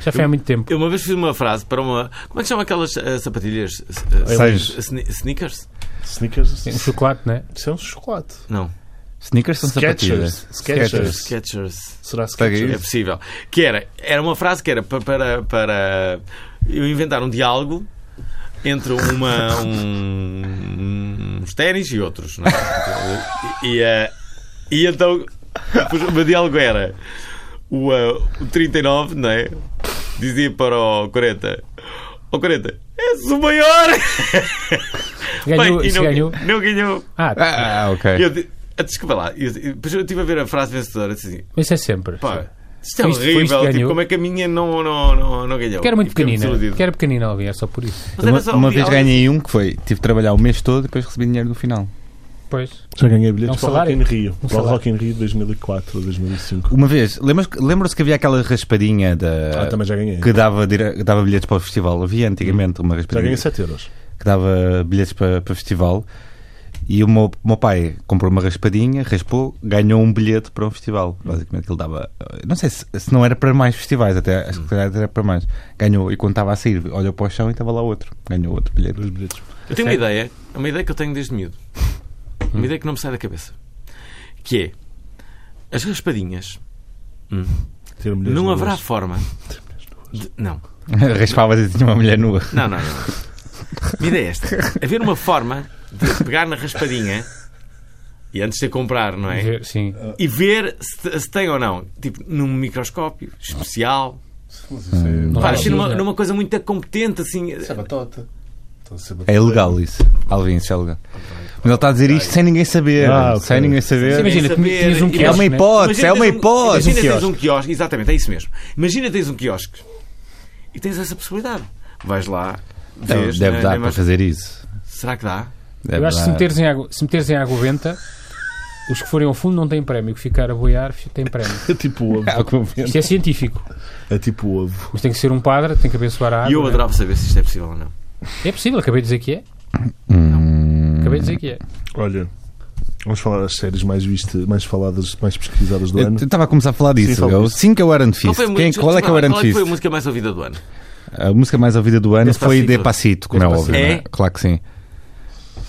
S1: Já foi há muito tempo.
S2: Eu uma vez fiz uma frase para uma. Como é que chama aquelas eh, sapatilhas? S- eh,
S3: Sais.
S2: sne- Sneakers?
S4: Snickers.
S1: Um chocolate, né?
S4: Isso é um chocolate.
S2: Não.
S3: Sneakers são sapatilhas.
S4: Sketchers. Sketchers.
S2: Sketchers.
S4: Será
S2: É
S4: Sketchers?
S2: possível. Que era, era uma frase que era pa- para, para eu inventar um diálogo entre uma, um, uns ténis e outros. não é? E, eh, e então pois, o meu diálogo era o, eh, o 39, não é? Dizia para o 40. Ó 40, és o maior!
S1: Ganhou,
S2: Bem, e
S1: isso
S2: não,
S1: ganhou.
S2: não ganhou.
S1: Ah,
S3: Ah, ok.
S2: Eu di- ah, desculpa lá, eu, eu, depois eu estive a ver a frase vencedora disse assim:
S1: mas isso é sempre.
S2: pá, isto é
S1: Foi isto- foi isto que
S2: horrível, tipo,
S1: ganhou?
S2: como é que a minha não, não, não, não ganhou?
S1: Que era muito
S2: E fiquei
S1: pequenina.
S2: desiludido.
S1: Que era pequenina, Alvin, é só por isso.
S2: Mas era
S3: Uma,
S2: só
S3: uma
S2: um
S3: vez
S2: diálogo.
S3: ganhei um que foi, tive de trabalhar o mês todo e depois recebi dinheiro no final.
S1: Pois.
S4: Já ganhei
S1: É
S4: bilhetes
S1: um
S4: para o Rock
S1: salário.
S4: in Rio. Para o
S1: salário.
S4: Rock in Rio de 2004 ou 2005.
S3: Uma vez, lembras- lembram-se que havia aquela raspadinha da,
S1: É.
S4: Ah, também já ganhei.
S3: É. que dava, dire- que dava bilhetes para o festival? Havia antigamente uma
S4: Já
S3: raspadinha
S4: ganhei 7 euros.
S3: que dava bilhetes para, para o festival. E o meu, o meu pai comprou uma raspadinha, raspou, ganhou um bilhete para um festival. Basicamente, que ele dava. eh, Não sei se, se não era para mais festivais, até acho que se calhar até era para mais. Ganhou, e quando estava a sair, olhou para o chão e estava lá outro. Ganhou outro bilhete. (laughs)
S4: Dois bilhetes.
S2: Eu tenho uma ideia, é uma ideia que eu tenho desde miúdo,
S1: Hum.
S2: uma ideia que não me sai da cabeça: que é as raspadinhas,
S4: Ter mulheres
S2: não
S4: nuas.
S2: haverá forma. de- Não,
S3: Raspavas e tinha uma mulher nua.
S2: não, não, não. Minha ideia é esta: haver uma forma de pegar na raspadinha E antes de a comprar, não é?
S1: Ver, sim.
S2: E ver se, se tem ou não. Tipo, num microscópio especial.
S7: Mas isso é.
S1: Não
S2: Pá,
S1: vai
S2: assim,
S1: ser,
S2: numa,
S1: não.
S2: numa coisa muito competente, assim.
S7: Isso é batota. Então, isso
S3: É
S7: batota.
S3: ilegal isso. Alvin, isso é ilegal. Mas ele está a dizer isto sem ninguém saber.
S4: Ah, ok.
S3: Sem ninguém
S2: Sim,
S3: saber.
S2: mas-
S1: Imagina,
S2: saber,
S1: tinhas um
S2: é
S3: É
S1: quiosque,
S3: uma
S1: né?
S3: hipótese, é uma
S2: tens um-
S3: hipótese.
S2: Imagina tens
S3: senhor.
S2: um quiosque, exatamente, é isso mesmo. Imagina tens um quiosque e tens essa possibilidade. Vais lá,
S3: Não,
S2: vês,
S3: Então, Deve
S2: né,
S3: dar
S2: nem
S3: para
S2: mais-
S3: fazer isso.
S2: Será que dá?
S3: Deve
S1: Eu acho que
S2: É
S1: se
S3: dar.
S1: meteres, em água, se meteres em água venta, os que forem ao fundo não têm prémio. O que ficar a boiar fi- tem prémio.
S4: É tipo o ovo.
S1: Isto é científico.
S4: É tipo o ovo.
S1: Mas tem que ser um padre, tem que abençoar a água.
S2: E eu
S1: né?
S2: adorava saber se isto é possível ou não.
S1: É possível, acabei de dizer que é. Acabei de dizer que é.
S4: Olha, vamos falar das séries mais vistas, mais faladas, mais pesquisadas do
S3: Eu
S4: ano.
S3: estava a começar a falar disso.
S4: fala
S3: eu,
S4: disso.
S3: sim que é o Iron
S2: Qual
S3: Fist.
S2: foi a
S3: Quem,
S2: música-
S3: qual é que é o Iron
S2: qual é que
S3: Fist?
S2: foi a música mais ouvida do ano?
S3: A música mais ouvida do ano foi
S2: Despacito.
S3: Despacito, como
S1: Despacito.
S3: é óbvio.
S2: É?
S3: não é? Claro que sim.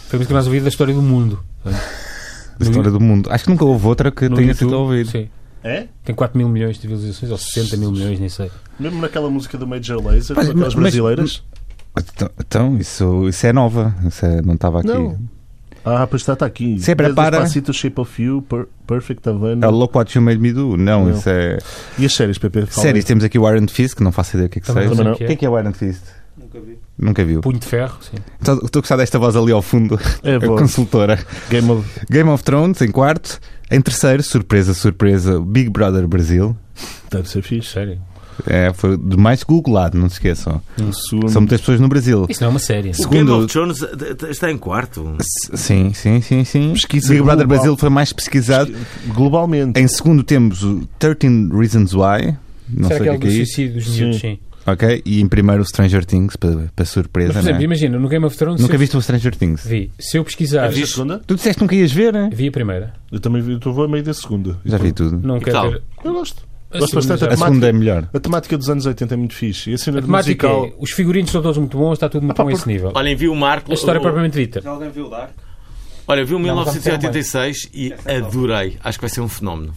S1: Foi a música mais ouvida da história do mundo.
S3: Da história do mundo. Acho que nunca houve outra que
S1: No
S3: tenha
S1: YouTube,
S3: sido ouvida.
S1: Sim.
S4: É?
S1: Tem 4 mil milhões de visualizações, ou 60 mil milhões, nem sei.
S4: Mesmo naquela música do Major Laser,
S3: Mas-
S4: com aquelas
S3: mas-
S4: brasileiras.
S3: Então, então, isso, isso é nova. Isso é- não estava aqui.
S4: Não. Ah, pois está, está aqui.
S3: Se prepara.
S4: Desde Despacito, Shape of You, Per- Perfect Havana.
S3: É Look What You Made Me Do. Não,
S4: Não.
S3: isso é.
S4: E as séries, PP? Fala aí.
S3: Séries, temos aqui o Iron Fist, que não faço ideia o que é que
S1: Também não
S3: seja.
S1: sei
S4: não.
S1: o que
S3: O que é
S1: é.
S3: que é o Iron Fist?
S6: Nunca vi.
S3: Nunca viu.
S1: Punho de ferro, sim.
S3: Estou estou a gostar desta voz ali ao fundo.
S4: É
S3: (laughs) a
S4: bom.
S3: consultora.
S4: Game of...
S3: Game of Thrones, em quarto. Em terceiro, surpresa, surpresa, Big Brother Brasil.
S4: Deve ser fixe.
S1: Sério.
S3: É, foi do mais googlado, não se esqueçam. São
S4: Segundo.
S3: muitas pessoas no Brasil.
S1: Isso não é uma série.
S2: O Game
S3: Segundo-
S2: of Thrones eh, t- está em quarto.
S3: S- Sim, sim, sim, sim.
S4: Pesquisa
S3: Big Brother
S4: global.
S3: Brasil foi mais pesquisado.
S4: Globalmente.
S3: Em segundo temos o 13 Reasons Why.
S1: Será
S3: Não sei
S1: que é
S3: o
S1: o
S3: que
S1: do
S3: é isso.
S1: suicídio dos miúdos, sim.
S3: Ok? E em primeiro o Stranger Things, para, para
S1: Mas,
S3: surpresa,
S1: por exemplo,
S3: né?
S1: imagina, no Game of Thrones...
S3: Nunca
S1: se eu-
S3: viste o Stranger Things.
S1: Vi. Se eu
S3: é
S1: pesquisar...
S4: Viste a segunda?
S3: Tu disseste que nunca ias ver, né?
S1: Vi a primeira.
S4: Eu também vi, eu vou a meio da segunda.
S3: Já vi tudo.
S1: Não
S2: E
S1: quero Assim,
S2: tal?
S1: ver...
S4: Eu gosto.
S1: a
S4: Gosto
S1: segunda
S4: bastante
S1: já.
S4: da
S3: A
S4: temática.
S3: segunda é melhor.
S4: A temática dos anos 80 é muito fixe. E a cena
S1: A
S4: de
S1: temática
S4: musical...
S1: é, os figurinos são todos muito bons, está tudo muito bom a esse nível.
S2: Olhem, vi o Marco.
S1: A história é
S2: o-
S1: propriamente dita.
S6: Já alguém viu o Dark?
S2: Olha, vi o
S1: Não, é mas
S2: 1986 e
S6: Essa é nova.
S2: adorei. Acho que vai ser um fenómeno.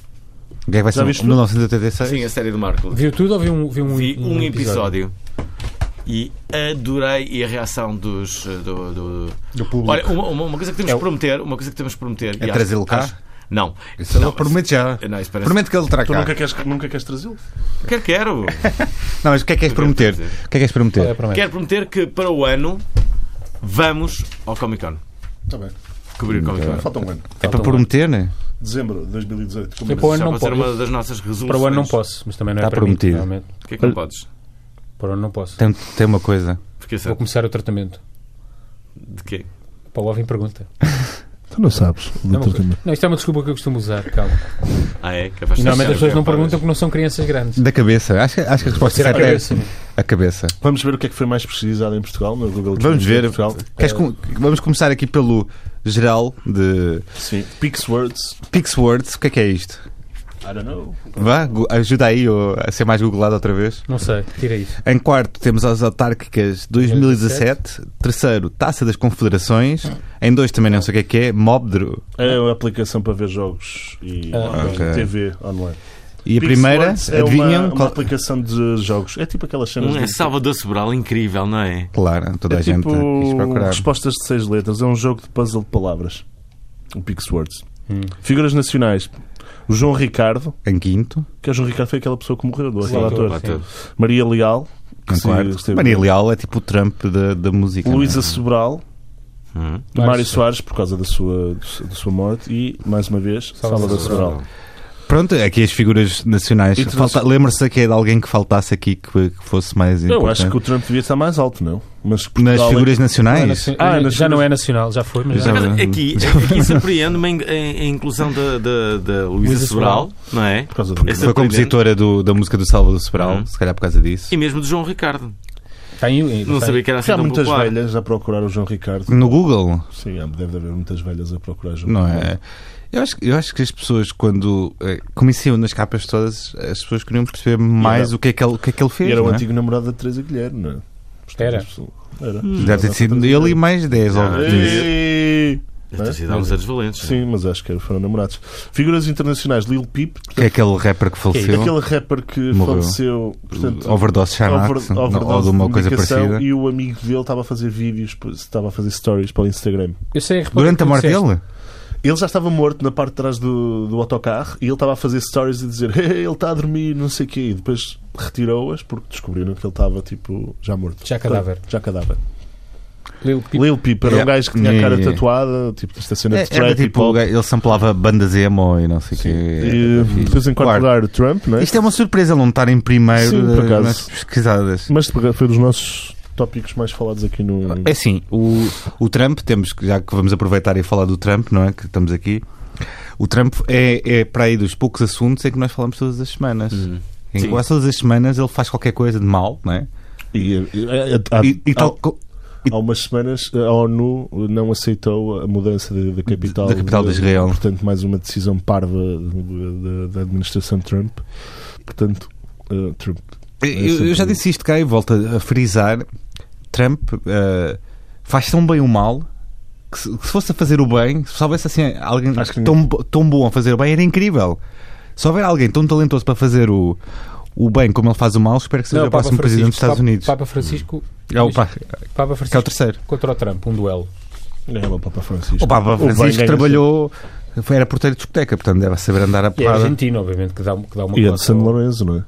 S3: O que é que vai
S4: Já
S3: ser?
S4: viste tudo?
S3: 1986?
S2: Sim, a série do Marco.
S1: Viu tudo ou viu um, viu um,
S2: Vi
S1: um
S2: um episódio e adorei e a reação dos eh, do, do-
S3: Do público.
S2: Olha, uma, uma- uma coisa que temos
S1: É
S2: que
S1: o-
S2: prometer, uma coisa que temos que prometer.
S3: É
S2: e
S3: trazê-lo cá?
S2: acho- Não.
S1: é
S3: Isso
S2: não, Eh,
S3: ele promete já.
S2: não, isso parece-
S3: Promete que ele terá
S4: é Tu
S3: cá.
S4: nunca queres, nunca queres trazê-lo?
S1: (laughs)
S2: Quero, quero.
S3: Não, mas o que é que és prometer? O que
S2: Quero
S3: é que és prometer?
S2: Quero prometer que para o ano vamos ao Comic Con.
S4: Está Tá bem.
S2: Cobrir o Comic Con.
S4: Falta um ano.
S3: É para prometer, né?
S4: Dezembro de 2018. como é
S1: Eu para o
S4: disse.
S1: ano
S2: Já
S1: não
S2: pode ser
S1: posso.
S2: uma das nossas resoluções.
S1: Para o ano não posso, mas também não é
S3: Está
S1: para mim,
S3: prometido.
S1: realmente.
S2: Porquê que não podes?
S1: Para o ano não posso.
S3: Tem, tem uma coisa.
S2: Porque
S1: Vou
S2: sabe
S1: começar o tratamento.
S2: de quê?
S1: Pá, o Alvin pergunta.
S4: Tu não sabes.
S1: Não,
S4: doutor Camilo.
S1: não, isto é uma desculpa que eu costumo usar, calma.
S2: Ah, é? Capaz
S1: E normalmente
S2: de ser.
S1: as pessoas não
S2: Capaz.
S1: perguntam porque não são crianças grandes.
S3: Da cabeça. Acho, que- acho que a resposta
S1: Será
S3: certa é
S1: cabeça?
S3: a cabeça.
S4: Vamos ver o que é que foi mais pesquisado em Portugal no Google
S3: Vamos
S4: Translate
S3: ver.
S4: de Portugal.
S3: Queres com- vamos começar aqui pelo geral de
S4: Sim. Pixwords.
S3: Pixwords. O que é que é isto?
S4: I don't know.
S3: Vá, gu- ajuda aí ó, a ser mais googlado outra vez.
S1: Não sei, tira isso.
S3: Em quarto temos as autárquicas 2017. Terceiro, Taça das Confederações. Em dois também não sei o que é que é. Mobdro.
S4: É uma aplicação para ver jogos e
S1: Ah,
S3: ok.
S4: TV online.
S3: E a primeira,
S4: Pixwords é
S3: adivinham?
S4: uma, uma
S3: qual-
S4: aplicação de jogos. É tipo aquelas cenas.
S2: Um
S4: do-
S2: é Salvador Sobral, incrível, não é?
S3: Claro, toda
S4: é
S3: a gente quis
S4: tipo
S3: procurar.
S4: respostas de seis letras. É um jogo de puzzle de palavras. O Pixwords.
S3: Hum.
S4: Figuras nacionais. O João Ricardo,
S3: Em quinto,
S4: que é o João Ricardo foi aquela pessoa que morreu, do aquele
S1: Sim.
S4: ator.
S1: Sim.
S2: Ator.
S4: Maria Leal. que
S3: em
S4: se-
S3: quarto.
S4: esteve-
S3: Maria Leal é tipo o Trump da, da música.
S4: Luísa
S3: não é?
S4: Sobral.
S2: Hum.
S4: Do
S1: Mário
S4: Mário Soares, por causa da sua, da sua morte, e, mais uma vez, Salvador Sobral.
S3: Pronto, aqui as figuras nacionais.
S4: E tu-
S3: Falta- Lembra-se que é de alguém que faltasse aqui que, que fosse mais
S4: Eu
S3: importante.
S4: acho que o Trump devia estar mais alto, não? Mas
S3: Nas
S4: Portugal é-
S3: figuras
S1: Não é
S3: nacionais?
S1: nacio-
S4: Ah,
S1: já
S4: nas-
S1: não é nacional, já foi, mas já
S3: Já
S2: Mas
S3: foi.
S2: Aqui, aqui surpreende-me a in- a, a inclusão da, da, da Luísa
S1: Luísa
S2: Sobral, não é?
S4: Por causa do
S2: Esse-
S3: Foi a compositora do- da música do Salvador Sobral,
S2: Uhum.
S3: se calhar por causa disso.
S2: E mesmo do João Ricardo.
S1: está em.
S2: Não
S1: está em-
S2: sabia que era assim
S4: Há
S2: tão
S4: muitas
S2: popular.
S4: velhas a procurar o João Ricardo.
S3: No Google,
S4: Sim, há- deve haver muitas velhas a procurar o João
S3: não
S4: Ricardo.
S3: é? Eu acho, que- eu acho que as pessoas, quando eh, conheciam nas capas todas, as pessoas queriam perceber mais o que, é que ele, o que é que ele fez.
S4: E era o
S3: não é?
S4: antigo namorado da Teresa Guilherme, não é? Portanto,
S1: Era.
S4: as pessoas- Era.
S3: Hum. Deve ter sido ele e mais 10 ou
S2: Ah,
S3: 15.
S4: Ei!
S2: Deve ter sido
S4: Não é?
S2: há uns anos valentes.
S4: Sim, mas acho que eram- foram namorados. Figuras internacionais, Lil Peep,
S3: Que é aquele rapper que faleceu.
S4: aquele rapper que
S3: Morreu.
S4: faleceu, portanto,
S3: Overdose Xanax,
S4: Over-
S3: não, ou
S4: overdose
S3: de uma coisa
S4: medicação,
S3: parecida.
S4: E o amigo dele estava a fazer vídeos, estava a fazer stories para o Instagram.
S1: Eu sei, repara
S3: Durante
S1: que
S3: a
S1: tu
S3: morte
S1: disseste.
S3: dele?
S4: Ele já estava morto na parte de trás do, do autocarro e ele estava a fazer stories e dizer (laughs) hey, ele está a dormir, não sei o quê. E depois retirou-as porque descobriram que ele estava tipo já morto.
S1: Já cadáver.
S4: Já cadáver.
S1: Lil Peep.
S4: Lil Peep era um
S3: Yeah.
S4: gajo que tinha a cara
S3: Yeah, yeah.
S4: tatuada, tipo estaciona
S3: É,
S4: de trap
S3: era
S4: e
S3: tipo,
S4: pop.
S3: ele samplava bandas emo e não sei o quê.
S4: E
S3: Era
S4: de
S3: fixe.
S4: vez em quando
S3: Claro.
S4: lugar o Trump, não é?
S3: é, Isto é uma surpresa ele não estar em primeiro
S4: Sim, por
S3: das
S4: acaso.
S3: nossas pesquisadas.
S4: Mas de pegar- foi dos nossos tópicos mais falados aqui no.
S3: É assim, o, o Trump, temos que, já que vamos aproveitar e falar do Trump, não é? Que estamos aqui. O Trump é, é para aí dos poucos assuntos em que nós falamos todas as semanas.
S4: Hum.
S3: Em que
S2: Sim.
S3: quase todas as semanas ele faz qualquer coisa de mal, não é?
S4: E, e- e- há,
S3: e, e tal, co-
S4: há umas semanas a ONU não aceitou a mudança da- da capital,
S3: da capital de Israel.
S4: Portanto, mais uma decisão parva da- da- da administração Trump. Portanto, eh, Trump.
S3: eu,
S1: é
S3: eu já disse isto cá e volto a- a frisar. Trump eh, faz tão bem o mal que se, que se fosse a fazer o bem, se soubesse assim alguém
S4: Acho que
S3: tão, bo- tão bom a fazer o bem, era incrível. Se houver alguém tão talentoso para fazer o, o bem como ele faz o mal, espero que seja
S1: Não,
S3: o próximo um presidente dos Estados
S1: Papa-
S3: Unidos.
S1: Papa Francisco,
S3: É o pá,
S1: Papa
S3: que é o
S1: Francisco
S3: terceiro.
S1: contra o Trump, um duelo.
S4: É o Papa Francisco.
S3: O Papa
S4: bem
S3: Francisco
S4: ganha
S3: trabalhou, foi, era porteiro de discoteca, portanto deve saber andar
S1: E
S3: a
S1: é
S3: porrada.
S1: argentino, obviamente, que dá, um, que dá uma
S4: sempre. E é
S1: cota
S4: de San
S1: ao-
S4: Lorenzo, não é?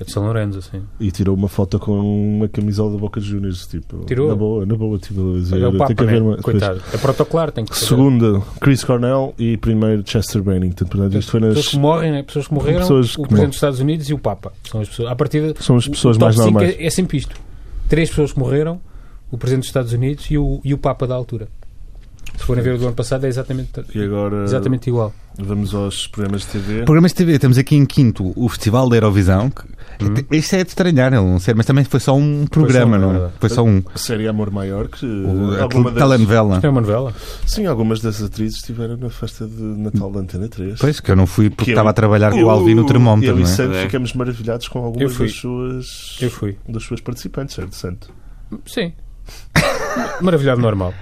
S1: é de São Lourenço, assim.
S4: E tirou uma foto com uma camisola da Boca Juniors. Tipo,
S1: Tirou?
S4: Na boa, na boa. Tipo, a dizer,
S1: é o
S4: tem que
S1: Papa,
S4: haver
S1: né?
S4: uma. pois,
S1: Coitado. É protocolar, tem que ser.
S4: Segunda, Chris Cornell e primeiro Chester Bennington. Portanto, isto foi
S1: Pessoas
S4: nas.
S1: que
S3: Então,
S1: morrem, né? pessoas que morreram,
S4: Pessoas que
S1: o
S4: morrem.
S1: Presidente dos Estados Unidos e o Papa. São as pessoas, à partida,
S4: São as
S1: o-
S4: pessoas
S1: o top
S4: mais
S1: cinco
S4: normais.
S1: É, é sempre isto: três pessoas que morreram, o Presidente dos Estados Unidos e o, e o Papa da altura. Se forem ver o do ano passado, é exatamente,
S4: E agora
S1: exatamente igual.
S4: vamos aos programas de TV.
S3: Programas de TV, temos aqui em quinto o Festival da Eurovisão. Que, Este é de estranhar, ele não ser, mas também foi só um programa,
S1: Hum. um,
S3: não
S1: é
S3: é?
S1: verdade.
S3: Foi só um.
S4: Que seria Amor Maior, que
S3: O, a
S4: alguma das-
S3: telenovela.
S1: Isto é uma novela.
S4: Sim, algumas das atrizes estiveram na festa de Natal da Antena 3.
S3: Pois, que eu não fui
S4: Que
S3: porque
S1: é
S4: eu-
S3: estava a trabalhar com o Alvin
S1: Uh,
S3: no termómetro,
S4: Eu e
S3: não é? (laughs)
S4: Santo
S2: É.
S4: ficamos maravilhados com
S1: Eu
S4: algumas
S1: fui.
S4: das suas,
S1: Eu fui.
S4: das suas participantes, certo, Santo?
S1: Sim. Maravilhado normal.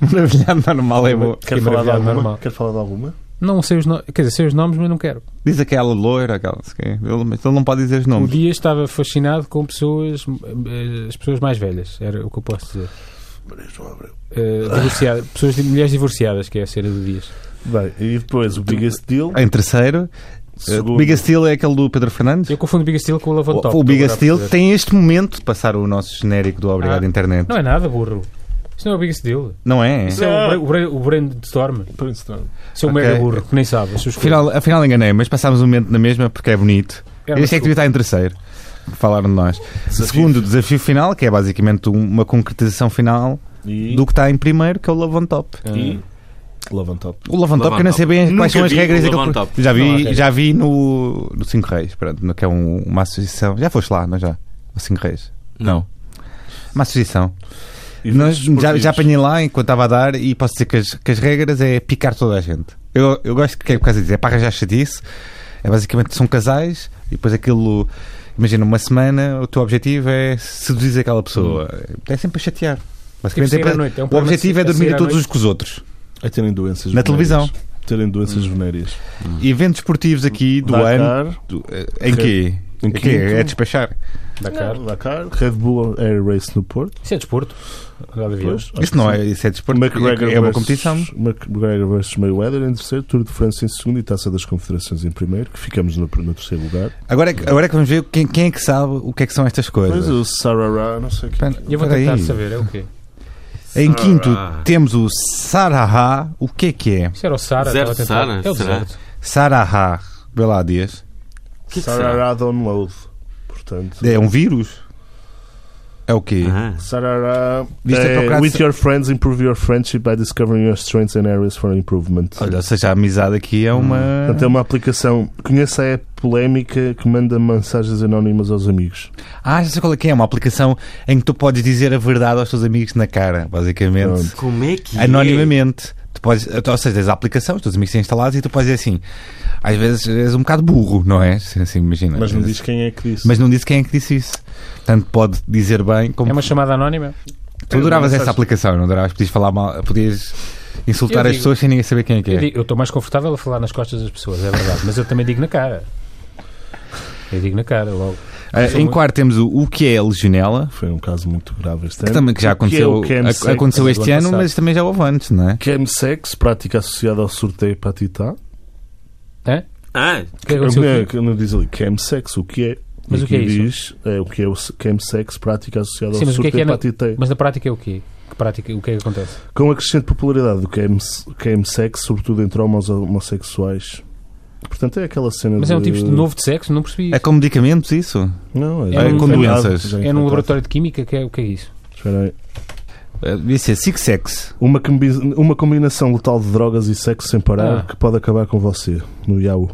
S3: Maravilhado, normal
S1: (laughs)
S3: é bom.
S4: Quer
S1: Fiquei
S4: falar, de
S1: maravilhado,
S4: alguma?
S1: normal.
S4: Quer falar de alguma?
S1: Não sei os nomes, quer dizer, sei os nomes, mas não quero.
S3: Diz aquela loira, aquela. não sei o quê. Ele, mas ele não pode dizer os
S1: O
S3: nomes.
S1: dia estava fascinado com pessoas, eh, as pessoas mais velhas, era o que eu posso dizer.
S4: Maria João Abreu.
S1: Eh, divorciada- pessoas de mulheres divorciadas, que é a cera do Dias.
S4: Bem, e depois o Biggest Deal.
S3: Em terceiro,
S4: Segundo.
S3: o Big Steel é aquele do Pedro Fernandes.
S1: Eu confundo o Big Steel com o Lavon Top.
S3: O, o Big
S1: agora a
S3: Steel
S1: perceber.
S3: tem este momento de passar o nosso genérico do Obrigado
S1: Ah.
S3: Internet.
S1: Não é nada, burro. Isso não é o Big Steel.
S3: Não é?
S1: Isso é o Bra- o, Bra o Brainstorm.
S4: Princeton.
S1: Seu
S3: Ok.
S1: é um mega burro, que nem sabe. as suas
S3: Afinal, afinal enganei, mas passámos um momento na mesma porque é bonito.
S1: É, mas
S3: este é que devia estar em terceiro. Falaram de nós. Segundo, desafio final, que é basicamente um- uma concretização final
S4: E,
S3: do que está em primeiro, que é o Love on Top.
S1: Hum,
S4: e Love on Top.
S3: O Love on
S2: Love
S3: Top,
S2: on
S3: que eu não
S2: Top.
S3: sei bem
S2: Nunca
S3: quais são as
S2: vi
S3: regras.
S2: o
S3: é que eu
S2: Love on
S3: pro-
S2: Top.
S3: Já vi,
S1: Não há regras.
S3: já vi no, no Cinco Reis, pronto, no- que é um- uma associação. Já foste lá, não já? O Cinco Reis. Não. Uma associação.
S4: E
S3: Nós,
S4: eventos
S3: já, já
S4: esportivos.
S3: apanhei lá enquanto estava a dar e posso dizer que as, que as regras é picar toda a gente. Eu, eu gosto que é por causa disso, é para arranjar chatice. É basicamente são casais e depois aquilo. Imagina, uma semana o teu objetivo é seduzir aquela pessoa.
S2: Hum.
S3: É sempre a chatear.
S1: Tipo,
S3: Basicamente
S1: sair
S3: é para-
S1: à noite, é um
S3: o
S1: programa
S3: objetivo
S1: de-
S3: é
S1: é sair
S3: dormir
S1: à
S3: todos
S1: noite.
S3: uns com os outros.
S4: A terem doenças
S3: Na
S4: venéreas.
S3: televisão. Hum.
S4: Terem doenças venéreas.
S2: Hum.
S3: Eventos esportivos aqui do ano.
S4: Dakar,
S3: do- eh, em quê?
S4: Em
S3: Em quê?
S4: quinto.
S3: É despachar.
S1: Dakar.
S4: Dakar, Red Bull Air Race no Porto.
S1: Isso é desporto. Andar de avião.
S4: Pois, acho
S3: Isso
S4: que
S3: não
S4: sim.
S3: é, isso é desporto.
S4: McGregor
S3: é uma
S4: versus-
S3: competição.
S4: McGregor versus Mayweather em terceiro, Tour de França em segundo e Taça das Confederações em primeiro, que ficamos no, no terceiro lugar.
S3: Agora é, que- agora é que vamos ver quem, quem é que sabe o que é que são estas
S4: Depois
S3: coisas.
S4: o Sarara, não sei o que.
S3: Espera-
S1: E eu vou
S3: espera
S1: tentar
S3: aí.
S1: saber, é o quê?
S3: Em quinto
S2: Sarah.
S3: temos o Sarahá. O que é que é?
S1: Isso era o Sara.
S2: Zero
S1: estava a tentar.
S2: Sara,
S1: É o
S2: será?
S1: deserto.
S3: Sarahá. Belá Dias.
S2: O que é que será?
S4: Sarara Download. Portanto,
S3: É um vírus? É o quê?
S2: Ah,
S4: Sarara.
S3: Isto é
S4: é,
S3: procurar-
S4: with your friends, improve your friendship by discovering your strengths and areas for improvement.
S3: Olha, ou seja, a amizade aqui é uma.
S1: Hum. Então
S4: Portanto, é uma aplicação. Conheça a app polémica que manda mensagens anónimas aos amigos.
S1: um-
S3: Ah, já sei qual é que é. É uma aplicação em que tu podes dizer a verdade aos teus amigos na cara, basicamente.
S2: como é que é?
S3: Anonimamente. Tu podes, ou seja, tens a aplicação, os teus amigos têm instalados e tu podes dizer assim. Às vezes és um bocado burro, não é? Assim, imagina.
S4: Mas não diz quem é que disse.
S3: Mas não disse quem é que disse isso. Portanto, pode dizer bem como
S1: É uma chamada anónima?
S3: Tu adoravas essa aplicação, não adoravas? Podias falar mal, podias
S1: Eu
S3: insultar as
S1: digo.
S3: pessoas sem ninguém saber quem é que
S1: Eu
S3: é.
S1: digo- Eu estou mais confortável a falar nas costas das pessoas, é verdade. Mas eu também digo na cara. Eu digo na cara logo.
S3: Ah, em quarto temos o O que é a Legionela,
S4: Foi um caso muito grave este
S3: que
S4: ano.
S3: também que
S4: O
S3: já
S4: é
S3: aconteceu,
S4: o chem
S3: ac-
S4: sex
S3: aconteceu
S4: do
S3: este ano,
S4: passado?
S3: mas também já houve antes, não é?
S4: Chemsex, prática associada ao sorteio hepatita.
S2: Ah,
S1: O que é que aconteceu
S4: Não,
S1: aqui?
S4: que não diz ali chemsex, o que é?
S1: Mas
S4: E
S1: o que é
S4: aqui
S1: isso?
S4: Diz, é o que é o se- chemsex, prática associada
S1: Sim,
S4: ao
S1: mas o que é
S4: sorteio
S1: que é na-
S4: hepatita. E.
S1: Mas na prática é o quê? Que prática, o que é que acontece?
S4: Com a crescente popularidade do chems- chemsex, sobretudo entre homos homossexuais. Portanto, é aquela cena
S1: Mas
S4: de...
S1: é um tipo de novo de sexo? Não percebi.
S3: É
S1: isso.
S3: com medicamentos isso?
S4: Não,
S1: É
S4: já
S1: com
S4: inventado,
S3: doenças.
S4: já
S1: É num
S4: inventado.
S1: laboratório de química? Que é, o que é isso?
S4: Espera aí.
S3: Ah, Devia ser Six Sex.
S4: Uma, combi- uma combinação letal de drogas e sexo sem parar
S1: Ah.
S4: que pode acabar com você no Yahoo.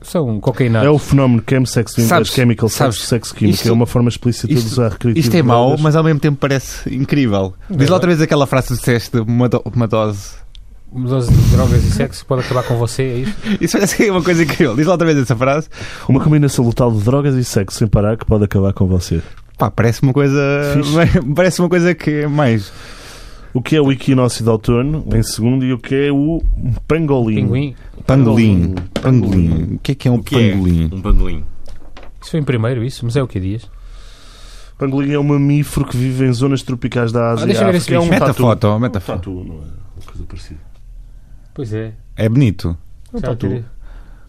S1: São cocaínados.
S4: É o fenómeno chemsex do inglês,
S3: Sabes-
S4: chemical sex,
S3: sabes-
S4: sex químico.
S3: isto-
S4: é uma forma explícita de
S3: isto-
S4: usar recreativo.
S3: Isto é
S4: de
S3: mau,
S4: drogas.
S3: mas ao mesmo tempo parece incrível. Diz lá outra vez aquela frase que disseste, uma, do- uma dose.
S1: Uma dose de drogas e sexo pode acabar com você, é isto?
S3: Isso parece que é uma coisa incrível. Diz lá outra vez essa frase.
S4: Uma combinação letal de drogas e sexo sem parar que pode acabar com você.
S3: Pá, parece uma coisa. Parece uma coisa que é mais.
S4: O que é o equinócio de outono, em segundo, e o que é o pangolim?
S1: Pinguim.
S3: Pangolim. Pangolim. O que é que é um
S2: o que é?
S3: pangolim?
S2: Um pangolim.
S1: Isso foi em primeiro, isso? Mas é o que dias?
S4: Pangolim é um mamífero que vive em zonas tropicais da Ásia.
S1: Ah, deixa eu ver
S4: e
S1: esse
S4: África. é um
S3: Meta
S4: tatu.
S3: foto, meta
S4: Um
S3: foto.
S4: tatu, não é? Uma coisa parecida.
S1: Pois é.
S3: É bonito.
S4: Um
S1: Já
S4: tatu.
S1: teria-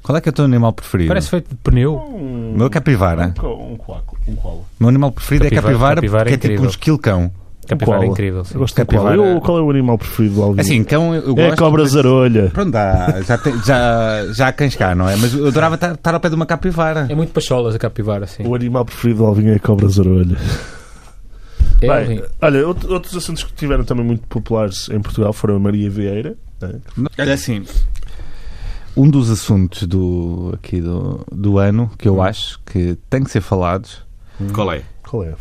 S3: Qual é que é o teu animal preferido?
S1: tá Parece feito de pneu.
S3: O meu é capivara.
S4: Um, um coaco, um koala.
S3: O meu animal preferido
S1: Capivara-
S3: é capivara,
S1: capivara é
S3: porque é, tipo
S1: incrível.
S3: um esquilcão.
S1: Capivara é
S4: koala.
S1: incrível. sim.
S4: Eu gosto de
S3: Capivara.
S4: koala. Eu- Qual é o animal preferido do Alvin?
S3: Assim, cão eu
S4: é
S3: gosto.
S4: a cobra zarolha.
S3: Pronto, há- já, tem, já, já há cães cá, não é? Mas eu adorava estar- estar ao pé de uma capivara.
S1: É muito pacholas a assim. capivara, sim.
S4: O animal preferido do Alvin é a cobra zarolha.
S1: É
S4: Bem,
S1: horrível.
S4: olha, out- outros assuntos que tiveram também muito populares em Portugal foram a Maria Vieira. né?
S3: Olha assim. Um dos assuntos do, aqui do, do ano que eu acho que tem que ser falados
S2: Qual é?
S4: Qual é?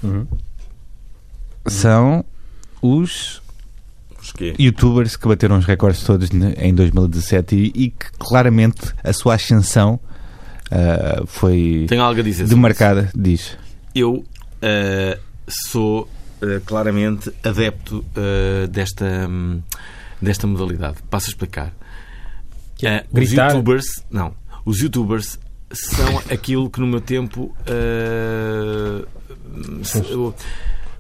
S3: são os
S2: Os quê?
S3: youtubers que bateram os recordes todos ne- em 2017 e, e que claramente a sua ascensão ah, foi
S2: Tenho algo a dizer. sobre
S3: demarcada, diz.
S2: eu eh, sou eh, claramente adepto eh, desta, hum, desta modalidade. Passo a explicar. Eh, os
S1: gritar?
S2: youtubers. Não. Os youtubers são aquilo que no meu tempo. eh, se- eu-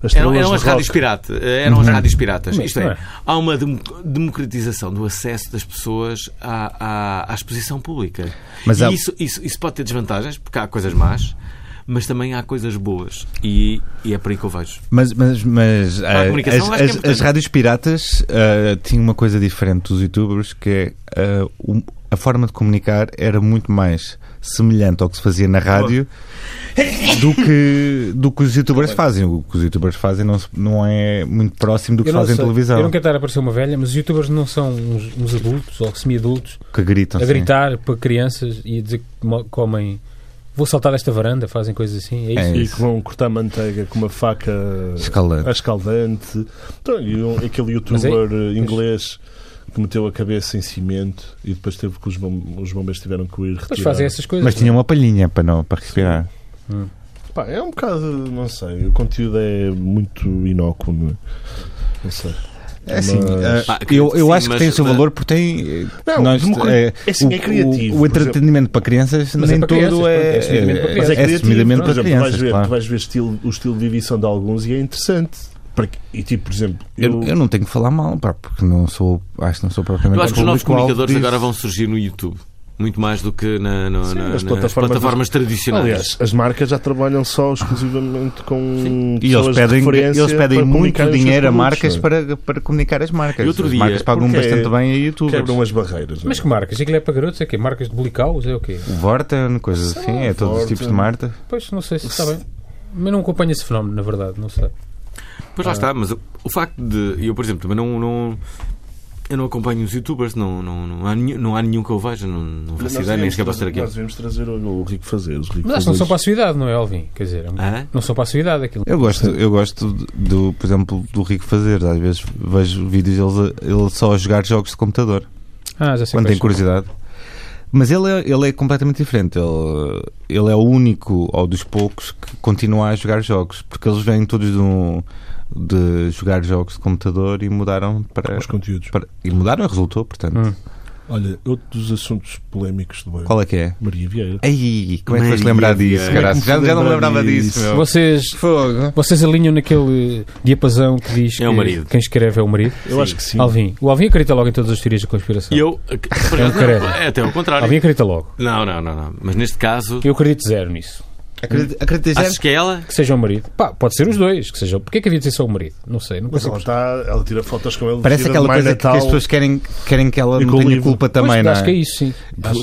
S4: As
S2: eram,
S4: estrelas
S2: eram
S4: do
S2: as
S4: rock.
S2: rádios pirata, eh, eram as rádios piratas.
S1: Mas
S2: Isto
S1: não
S2: é,
S1: é.
S2: há uma dem- democratização do acesso das pessoas à, à- à exposição pública.
S3: Mas
S2: e
S3: há-
S2: isso, isso, isso pode ter desvantagens, porque há coisas más, mas também há coisas boas. E, e é por aí que eu vejo.
S3: Mas, mas, mas ah,
S2: comunicação
S3: as,
S2: acho que é
S3: as-
S2: importante.
S3: as rádios piratas ah, tinham uma coisa diferente dos youtubers que é ah, um- a forma de comunicar era muito mais semelhante ao que se fazia na rádio
S1: (laughs)
S3: do que, do que os youtubers fazem. O que os youtubers fazem não, se- não é muito próximo do que
S1: Eu não
S3: fazem em
S1: sei.
S3: televisão.
S1: Eu não quero estar a parecer uma velha, mas os youtubers não são uns, uns adultos ou semi-adultos
S3: Que gritam.
S1: a
S3: Ah, sim.
S1: gritar para crianças e a dizer que mo- comem. Vou saltar desta varanda, fazem coisas assim. É isso?
S3: É
S4: E
S3: isso.
S4: que vão cortar manteiga com uma faca
S3: Escalante.
S4: escaldante. Então, e um- aquele
S1: Mas é-
S4: youtuber eh, inglês que meteu a cabeça em cimento e depois teve que os, bom- os bombeiros tiveram que o ir
S1: Depois
S4: retirar.
S1: fazem essas coisas.
S3: Mas tinha uma palhinha para, não, para respirar.
S4: Pá, é um bocado, não sei, o conteúdo é muito inócuo, não é? Não sei.
S3: É assim,
S4: Mas-
S3: ah,
S2: Ah,
S3: eu, eu
S2: sim,
S3: acho que
S2: mas-
S3: tem o seu
S2: mas-
S3: valor porque tem. eh,
S4: Não,
S3: nós,
S4: democra-
S3: eh,
S4: é assim, é
S3: o-
S4: criativo,
S3: O,
S4: por
S3: entretenimento para crianças
S1: Mas é
S3: nem
S1: para crianças,
S3: todo
S1: pronto,
S3: é.
S1: é assumidamente para
S4: Mas
S1: crianças.
S4: é criativo,
S3: assumidamente
S4: por
S3: para
S4: exemplo, tu vais
S3: crianças.
S4: ver, tu
S3: claro.
S4: vais ver estilo- o estilo de exibição de alguns e é interessante. Para que- E tipo, por exemplo,
S3: Eu, eu não tenho que falar mal, pá, porque não sou. Acho que não sou propriamente.
S2: Eu acho que os novos
S3: público-alvo
S2: comunicadores
S3: disso.
S2: agora vão surgir no YouTube. Muito mais do que na, na-
S4: Sim,
S2: na-
S4: nas
S2: nas
S4: plataformas-
S2: plataformas, tradicionais.
S4: Aliás, as marcas já trabalham só exclusivamente com
S3: E eles
S4: pessoas de
S3: pedem,
S4: referência
S3: eles pedem
S4: para
S3: muito
S4: comunicarem os seus
S3: dinheiro a
S4: produtos,
S3: marcas
S4: não é?
S3: para, para comunicar as marcas.
S2: E outro
S3: as
S2: dia,
S3: marcas pagam
S4: porque
S3: bastante
S4: é-
S3: bem a YouTube.
S4: Quebram as barreiras. não é?
S1: Mas que marcas? Aquilo é para garotos? É que Marcas de Bulicaus? É o quê?
S3: O Vorten, coisas assim, é todos os
S4: Ah, Vorten.
S3: tipos de marcas.
S1: Pois, não sei se está bem. Mas não acompanho esse fenómeno, na verdade, não sei.
S2: Pois lá está, mas o, o facto de. Eu, por exemplo, também não. não eu não acompanho os youtubers, não, não, não, há, nenhum, não há nenhum que eu veja, não, não
S4: Nós
S2: faço ideia, nem
S4: devíamos
S2: sequer posso ter
S4: trazer-
S2: aqui.
S4: Nós devemos trazer o, o Rico Fazer. Os Rico
S1: Mas acho que não são para a
S4: Fazeres.
S1: sua idade, não é, Alvin? Quer dizer,
S3: Ah.
S2: Hã?
S1: não são para a sua idade aquilo.
S3: Eu gosto, eu gosto do, por exemplo, do Rico Fazer. Às vezes vejo vídeos deles a- ele só a jogar jogos de computador.
S1: Ah, já sei
S3: quando tem
S1: quais são.
S3: curiosidade. Mas ele é, ele é completamente diferente. Ele, ele é o único ou dos poucos que continua a jogar jogos. Porque eles vêm todos de, um- de jogar jogos de computador e mudaram para.
S4: É, Os conteúdos.
S3: para- e mudaram e resultou, portanto.
S1: Hum.
S4: Olha, outro dos assuntos polémicos do ano.
S3: Qual é que é?
S4: Maria Vieira.
S3: Ei, como é que foste
S2: Maria
S3: lembrar disso,
S2: Vieira.
S3: caralho?
S4: Como é
S3: Já,
S4: que me
S3: já não me
S4: lembrei
S3: lembrava disso,
S4: disso?
S3: meu.
S1: Vocês,
S3: Fogo.
S1: vocês alinham naquele diapasão que diz
S2: É o
S1: que
S2: marido.
S1: quem escreve é o marido?
S4: Eu acho que sim.
S1: Alvin. O Alvin acredita logo em todas as teorias da conspiração.
S2: E eu.
S1: É um caralho.
S2: É até ao contrário.
S1: Alvin acredita logo.
S2: Não, não, não, não. Mas neste caso,
S1: Eu acredito zero nisso.
S3: Acredito- Acreditas
S2: achas que é ela?
S1: Que seja o marido. Pá, pode ser os dois. Que seja... Porquê que havia de ser só o marido? Não sei. Não
S4: Mas
S1: consigo
S4: ela, está, ela tira fotos com ele.
S3: Parece
S4: vestida
S3: aquela
S4: de Mãe
S3: coisa que-
S4: Natal.
S3: que as pessoas querem, querem que ela
S4: é E
S3: não
S4: com o
S3: tenha
S4: livro.
S3: culpa
S1: Pois,
S3: também, não
S1: acho
S3: é?
S1: que é isso, sim.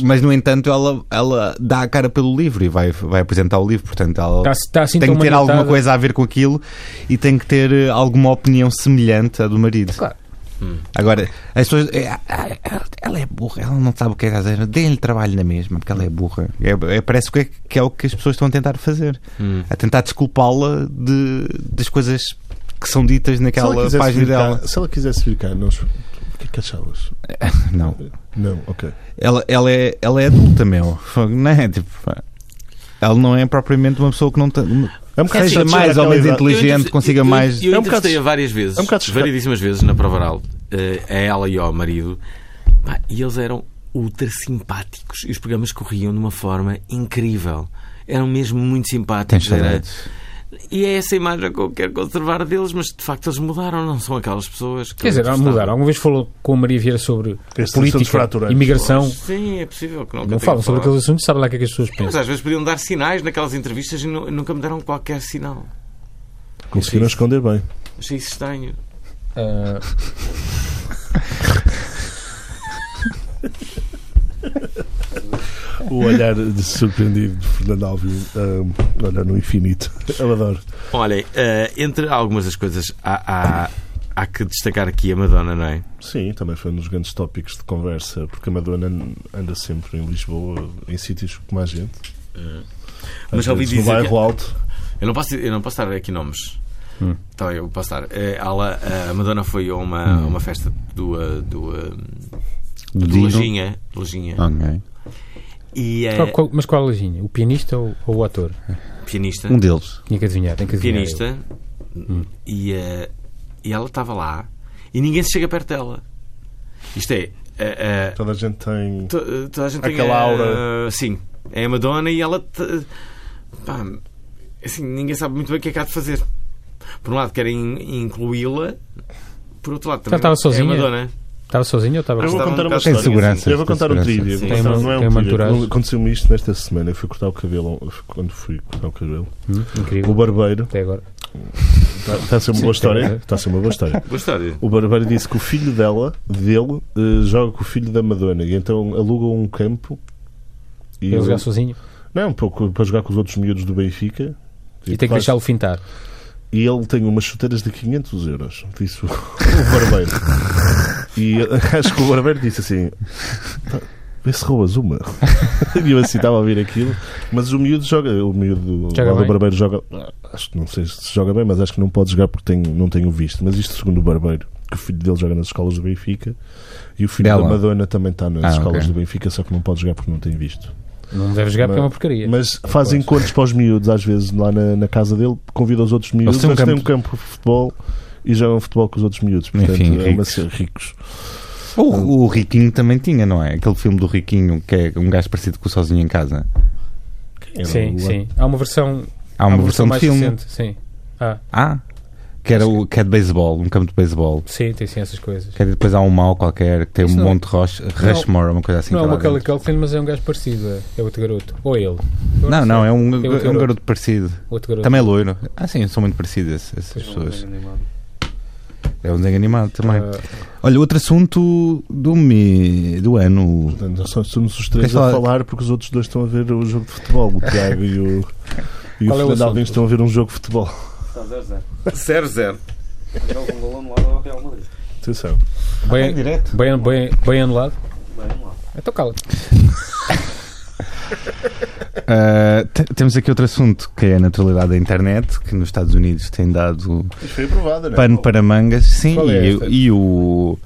S3: Mas, no entanto, ela, ela dá a cara pelo livro e vai, vai apresentar o livro. Portanto, ela
S1: Está, está assim
S3: tem
S1: tão
S3: que ter alguma
S1: maniatada.
S3: coisa a ver com aquilo e tem que ter eh, alguma opinião semelhante à do marido.
S1: Claro.
S4: Hum.
S3: Agora, as pessoas. eh, ah, ah, Ela, ela é burra, ela não sabe o que é que está a fazer. Deem-lhe trabalho na mesma, porque ela é burra. É, é- parece que é, que é o que as pessoas estão a tentar fazer. A tentar desculpá-la de, das coisas que são ditas
S4: Se ela
S3: naquela
S4: quisesse
S3: página
S4: vir cá-
S3: dela.
S4: Se ela quisesse vir cá, nós. O que é que achavas?
S3: Não.
S4: Não, ok.
S3: Ela, ela, é, ela é adulta, meu. Fogo, Não é? Tipo, pá. ela não é propriamente uma pessoa que não tem.
S4: É um bocado
S3: seja
S4: chato chegar
S3: mais ou
S4: àquela
S3: menos
S4: idade.
S3: inteligente, consiga mais.
S2: Eu, eu
S4: É um
S2: entrevistei-a
S4: bocado-
S2: várias vezes,
S4: é um bocado chocante.
S2: variedíssimas vezes na prova oral, eh, a ela e ao marido, Pá, e eles eram ultra simpáticos e os programas corriam de uma forma incrível. Eram mesmo muito
S3: Tens
S2: simpáticos. Era-
S3: saudades.
S2: E é essa imagem que eu quero conservar deles, mas de facto eles mudaram, não são aquelas pessoas que.
S1: Quer dizer,
S2: eu
S1: ah,
S2: gostava.
S1: mudaram. Alguma vez falou com a Maria Vieira sobre
S4: Estes assuntos
S1: política,
S4: fraturantes.
S1: imigração.
S2: Sim, é possível que não.
S1: Não falam sobre aqueles assuntos, sabe lá o que é que as pessoas
S2: Mas
S1: pensam.
S2: às vezes podiam dar sinais naquelas entrevistas e nu- nunca me deram qualquer sinal.
S4: Conseguiram esconder bem.
S2: Achei isso estranho. é.
S1: Ah,
S4: O olhar de surpreendido de Fernando Alvim, um, olhar no infinito. Eu adoro.
S2: Olhem, eh, entre algumas das coisas, há, há, há que destacar aqui a Madonna, não é?
S4: Sim, também foi um dos grandes tópicos de conversa, porque a Madonna an- anda sempre em Lisboa, em sítios com mais gente. Às
S2: É. Mas ouvi
S4: vezes no
S2: dizer
S4: bairro
S2: que-
S4: alto.
S2: Eu não posso, eu não posso dar aqui nomes.
S3: Hum.
S2: Então eu posso dar. Eh, Ela, a Madonna foi a uma, a uma festa do, eh, do, eh,
S3: Hum. Do
S2: do
S3: Dino. Ah.
S2: Lojinha. do Lojinha.
S3: Ok.
S2: E
S3: Ah,
S2: eh,
S1: qual- qual- mas qual a lojinha? O pianista ou, ou o ator?
S2: pianista.
S3: Um Hum. deles.
S1: Tinha que adivinhar, tem que adivinhar.
S2: pianista. E, eh, e ela estava lá e ninguém se chega perto dela. Isto é. eh, eh,
S4: Toda a gente tem.
S2: to- toda a gente tem,
S4: Aquela
S2: eh,
S4: aura.
S2: sim. É a Madonna e ela. te- pá, assim, ninguém sabe muito bem o que é que há de fazer. Por um lado, querem incluí-la. Por outro lado, também
S1: estava sozinha?
S2: é a Madonna.
S1: Eu. Estava sozinho ou estava
S4: Eu
S1: com-
S4: vou
S2: Estava
S4: contar
S2: um
S4: uma
S2: bocado
S4: história.
S3: Tem segurança.
S4: Eu vou contar um
S3: Tem
S4: trivia.
S2: segurança.
S4: Vou contar-
S1: Tem uma-
S4: não é
S1: tem
S4: um
S1: uma
S4: trivia.
S1: entourage.
S4: Aconteceu-me isto nesta semana. Eu fui cortar o cabelo, quando fui cortar o cabelo. O
S1: Hum, Incrível.
S4: barbeiro.
S1: Até agora.
S4: Está a ser uma boa história. Está a ser uma boa história.
S2: Boa história.
S4: O barbeiro disse que o filho dela, dele, eh, joga com o filho da Madonna e então alugam um campo. E
S1: Ele
S4: eu-
S1: jogar sozinho
S4: Não, para, para jogar com os outros miúdos do Benfica.
S1: e tem que
S4: Faz-
S1: deixá-lo fintar.
S4: E ele tem umas chuteiras de 500 euros, disse o, (laughs) o barbeiro. E eu- (laughs) acho que o barbeiro disse assim: "Pá, vê se roubas uma. (laughs) E eu assim estava a ouvir aquilo. Mas o miúdo joga, o miúdo do-
S1: Joga
S4: lá do
S1: bem?
S4: barbeiro joga. Acho que não sei se joga bem, mas acho que não pode jogar porque tenho, não tenho visto. Mas isto segundo o barbeiro, que o filho dele joga nas escolas do Benfica e o filho
S3: Dela.
S4: da Madonna também está nas
S3: Ah,
S4: escolas
S3: ok.
S4: do Benfica, só que não pode jogar porque não tem visto.
S1: Não deve jogar porque é uma porcaria.
S4: Mas fazem encontros para os miúdos, às vezes, lá na, na casa dele, convida os outros miúdos,
S3: têm um
S4: eles têm um
S3: campo.
S4: campo de futebol e jogam futebol com os outros miúdos. Portanto,
S3: Enfim,
S4: é uma ser ricos.
S3: O, o Riquinho também tinha, não é? Aquele filme do Riquinho que é um gajo parecido com o Sozinho em Casa.
S4: Era
S1: sim,
S4: o-
S1: sim. Há uma versão,
S3: Há uma, versão, de
S1: mais
S3: filme.
S1: recente. Sim. Ah,
S3: Ah, que, era o, que é de beisebol, um campo de beisebol.
S1: sim, tem sim essas coisas.
S3: Que é depois há um mal qualquer que tem
S1: Isso
S3: um
S1: não- é
S3: monte de rocha, Rushmore, uma coisa assim.
S1: não é
S3: que
S1: uma
S3: lá dentro.
S1: aquele que tem, mas é um gajo parecido. é- É outro garoto. Ou ele. Agora
S3: Não, não,
S1: sei.
S3: é um,
S1: É
S3: é
S1: outro
S3: um
S1: garoto.
S3: garoto parecido.
S1: Outro garoto.
S3: Também é loiro. Ah, sim, são muito parecidas essas pessoas. É um desenho animado também.
S1: Ah,
S3: Olha, outro assunto do, me, do (laughs) ano.
S4: Portanto, nós só somos os três
S3: Queres
S4: a
S3: falar-
S4: falar porque os outros dois estão a ver o jogo de futebol. O Tiago e o, e
S1: Qual é
S4: o
S1: o
S4: Fernando
S1: assunto?
S4: Alvim estão a ver um jogo de futebol.
S6: Está 0-0.
S2: 0-0.
S6: Joga um gol anulado ao Real Madrid.
S4: Atenção.
S1: bem,
S3: direto.
S1: bem, bem, bem anulado.
S6: Bem, vamos lá.
S1: Então cala
S3: Ah, te- temos aqui outro assunto que é a naturalidade da internet, que nos Estados Unidos tem dado né?
S4: Isto foi aprovado, não
S3: pano para mangas. Sim,
S4: Qual é
S3: e,
S4: esta?
S3: e o.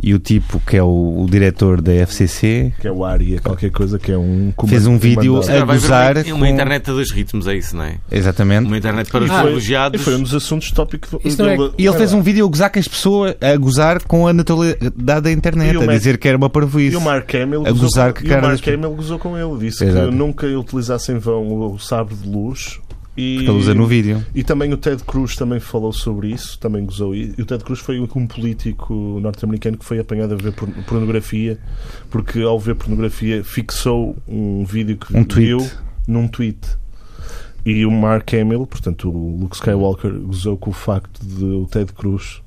S3: E o tipo, que é o, o diretor da FCC,
S4: Que é o Aria, qualquer coisa que é um. comando-
S3: Fez um vídeo
S4: comandante.
S2: Agora vai haver uma-
S3: gozar
S2: uma
S3: com-
S2: internet a dois ritmos, é isso, não é?
S3: exatamente.
S2: Uma internet para os
S4: Foi-
S2: refugiados.
S4: E foi um dos assuntos tópicos do-
S1: Isso não é-
S4: dele-
S3: E ele fez um vídeo a gozar com as pessoas, a gozar com a naturalidade da
S4: E
S3: internet,
S4: o
S3: a
S4: Mac-
S3: dizer que era uma
S4: E
S3: parvoíce.
S4: o Mark Hamill
S3: A
S4: gozou,
S3: gozar
S4: com-
S3: que
S4: e o
S3: cara
S4: Mark
S3: das-
S4: Hamill guzou com ele. Disse
S3: Exato.
S4: que nunca utilizasse em vão o, o sabre de luz. E,
S3: Porque ele usa no vídeo.
S4: e também o Ted Cruz também falou sobre isso, também gozou. E e o Ted Cruz foi um um político norte-americano que foi apanhado a ver por- pornografia, porque ao ver pornografia fixou um vídeo que
S3: Um tweet.
S4: viu num tweet. E o Mark Hamill, portanto o Luke Skywalker, gozou com o facto de o Ted Cruz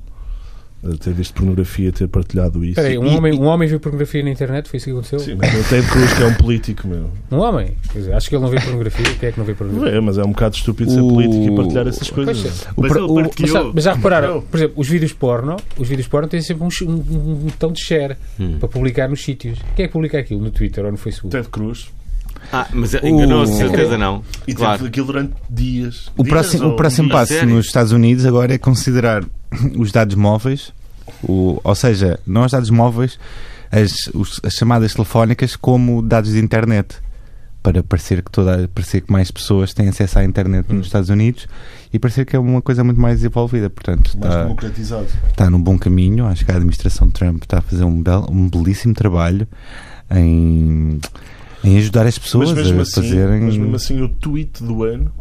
S4: eh, ter visto pornografia, ter partilhado isso.
S1: Espera aí, um,
S4: E-
S1: homem, um homem viu pornografia na internet? Foi isso que aconteceu?
S4: Sim, mas o Ted Cruz que é um político, meu.
S1: Um homem? Quer dizer, acho que ele não vê pornografia. Quem é que não vê pornografia?
S4: É, mas é um bocado estúpido ser
S3: O- é.
S4: político e partilhar essas coisas.
S3: O
S2: Mas
S3: pro-
S2: ele
S3: o-
S1: Mas,
S2: partilhou.
S1: sabe- mas já repararam, por exemplo, os vídeos porno, os vídeos porno têm sempre um, ch- um- um botão de share
S2: Hum.
S1: para publicar nos sítios. Quem é que publica aquilo? No Twitter ou no Facebook?
S4: Ted Cruz.
S2: Ah, mas enganou-se,
S3: O-
S2: certeza não.
S4: E
S2: Claro.
S4: teve aquilo durante dias.
S3: O
S4: Dias
S3: próximo,
S4: ou
S3: o próximo
S2: dias.
S3: passo
S2: Sério?
S3: nos Estados Unidos agora é considerar os dados móveis, o- ou seja, não os dados móveis, as, os- as chamadas telefónicas como dados de internet. Para parecer que, toda, parecer que mais pessoas têm acesso à internet
S4: Hum.
S3: nos Estados Unidos e parecer que é uma coisa muito mais desenvolvida. Portanto,
S7: mais
S3: está,
S7: democratizado.
S3: está num bom caminho. Acho que a administração de Trump está a fazer um, bel, um belíssimo trabalho em, em ajudar as pessoas
S4: Mas mesmo,
S3: a
S4: assim,
S3: fazerem.
S4: mas mesmo assim, o tweet do ano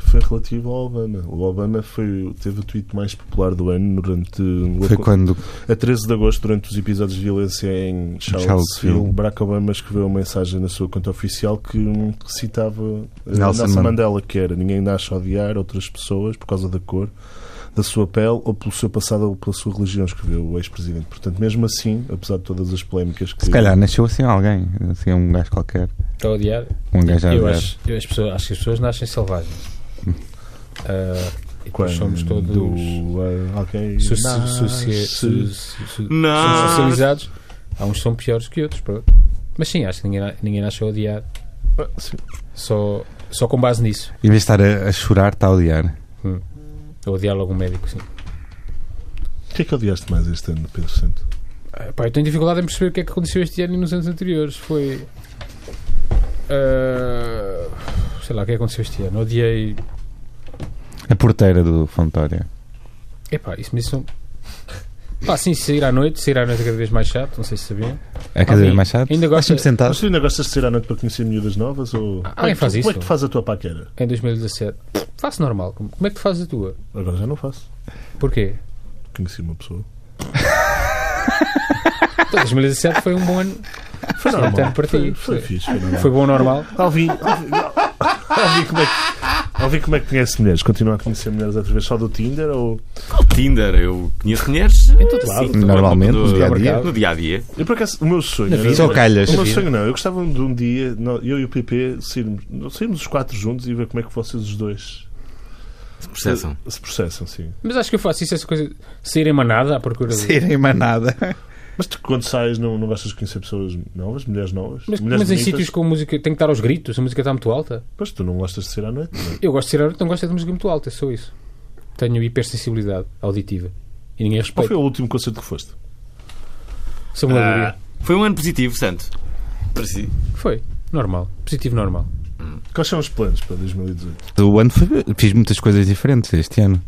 S4: foi relativo ao Obama. O Obama foi, teve o tweet mais popular do ano durante.
S3: foi quando
S4: A 13 de agosto, durante os episódios de violência em Charlottesville,
S3: Charlottesville.
S4: Barack Obama escreveu uma mensagem na sua conta oficial que, hum, que citava uh,
S3: Nelson
S4: Nelson,
S3: Man-
S4: Mandela, que era ninguém nasce a odiar outras pessoas por causa da cor, da sua pele ou pelo seu passado ou pela sua religião, escreveu o ex-presidente. Portanto, mesmo assim, apesar de todas as polémicas que...
S3: Se calhar nasceu assim alguém, assim um gajo qualquer.
S1: Está a odiar?
S3: Um gajo a
S1: Eu
S3: ver.
S1: acho, eu as pessoas, acho que as pessoas nascem selvagens. Ah, e depois
S4: Quando
S1: somos todos
S4: ah, alguém
S1: so- so-
S4: nasce-
S1: socia- so- so- so-
S2: Nasce.
S1: socializados. Há uns que são piores que outros. pronto. Mas sim, acho que ninguém, na- ninguém nasce a odiar.
S4: Ah, sim.
S1: Só, só com base nisso.
S3: Em vez de estar a, a chorar, está a odiar.
S1: A odiar logo um médico, sim.
S4: O que é que odiaste mais este ano, Pedro Santo?
S3: Tá.
S1: Ah, pá, eu tenho dificuldade em perceber o que é que aconteceu este ano e nos anos anteriores. Foi. ah, sei lá, o que é que aconteceu este ano? Odiei.
S3: A porteira do Fontória.
S1: Epá, isso me são. Pá, sim, sair à noite, sair à noite é cada vez mais chato, não sei se sabiam.
S3: A cadeira
S1: Ah,
S3: mais chata.
S1: ainda gosta-
S3: Sempre sentado.
S4: Mas tu ainda gostas de sair à noite para conhecer miúdas novas? Ou...
S1: Ah,
S4: Como é
S1: alguém
S4: que tu-
S1: faz
S4: Como é
S1: isso?
S4: que tu faz a tua paquera?
S1: Em 2017. Faço normal. Como como é que tu fazes a tua?
S4: Agora já não faço.
S1: Porquê?
S4: Conheci
S1: (laughs)
S4: uma pessoa.
S1: Então, 2017 foi um bom ano.
S4: Foi
S1: normal. Então, para ti.
S4: Foi, foi fixe, foi normal.
S1: Foi bom normal.
S4: Alvin, Alvin, Alvin, como é que. Alvin, como é que conhece mulheres? Continua a conhecer mulheres através só do Tinder ou.
S2: Tinder, eu conheço mulheres. Em todo
S4: lado.
S3: Normalmente, no dia a
S1: dia.
S2: No dia a dia.
S4: Eu por acaso, o meu sonho.
S1: Na
S4: era-
S1: vida.
S3: Só calhas.
S4: O meu
S3: Na
S4: sonho não, eu gostava de um dia, nó- eu e o PP, sairmos, nós sairmos os quatro juntos e ver como é que vocês os dois
S2: Se processam.
S4: se processam, sim.
S1: Mas acho que eu faço isso, essa coisa. Sair em manada à procura de.
S3: Serem manada.
S4: Mas tu, quando sais, não, não gostas de conhecer pessoas novas, mulheres novas?
S1: Mas,
S4: mulheres
S1: mas em
S4: bonitas?
S1: sítios com música. Tem que estar aos gritos, a música está muito alta.
S4: Pois tu não gostas de sair à noite? não é?
S1: Eu gosto de sair à noite, não gosto é de música muito alta, é só isso. Tenho hipersensibilidade auditiva. E ninguém
S4: Qual foi
S1: respeita.
S4: o último concerto que foste?
S1: Sou uma
S2: Ah,
S1: alegoria.
S2: foi um ano positivo, santo. Para si.
S1: Foi. Normal. Positivo normal.
S4: Quais são os planos para 2018?
S3: (laughs) O ano foi- fiz muitas coisas diferentes este ano.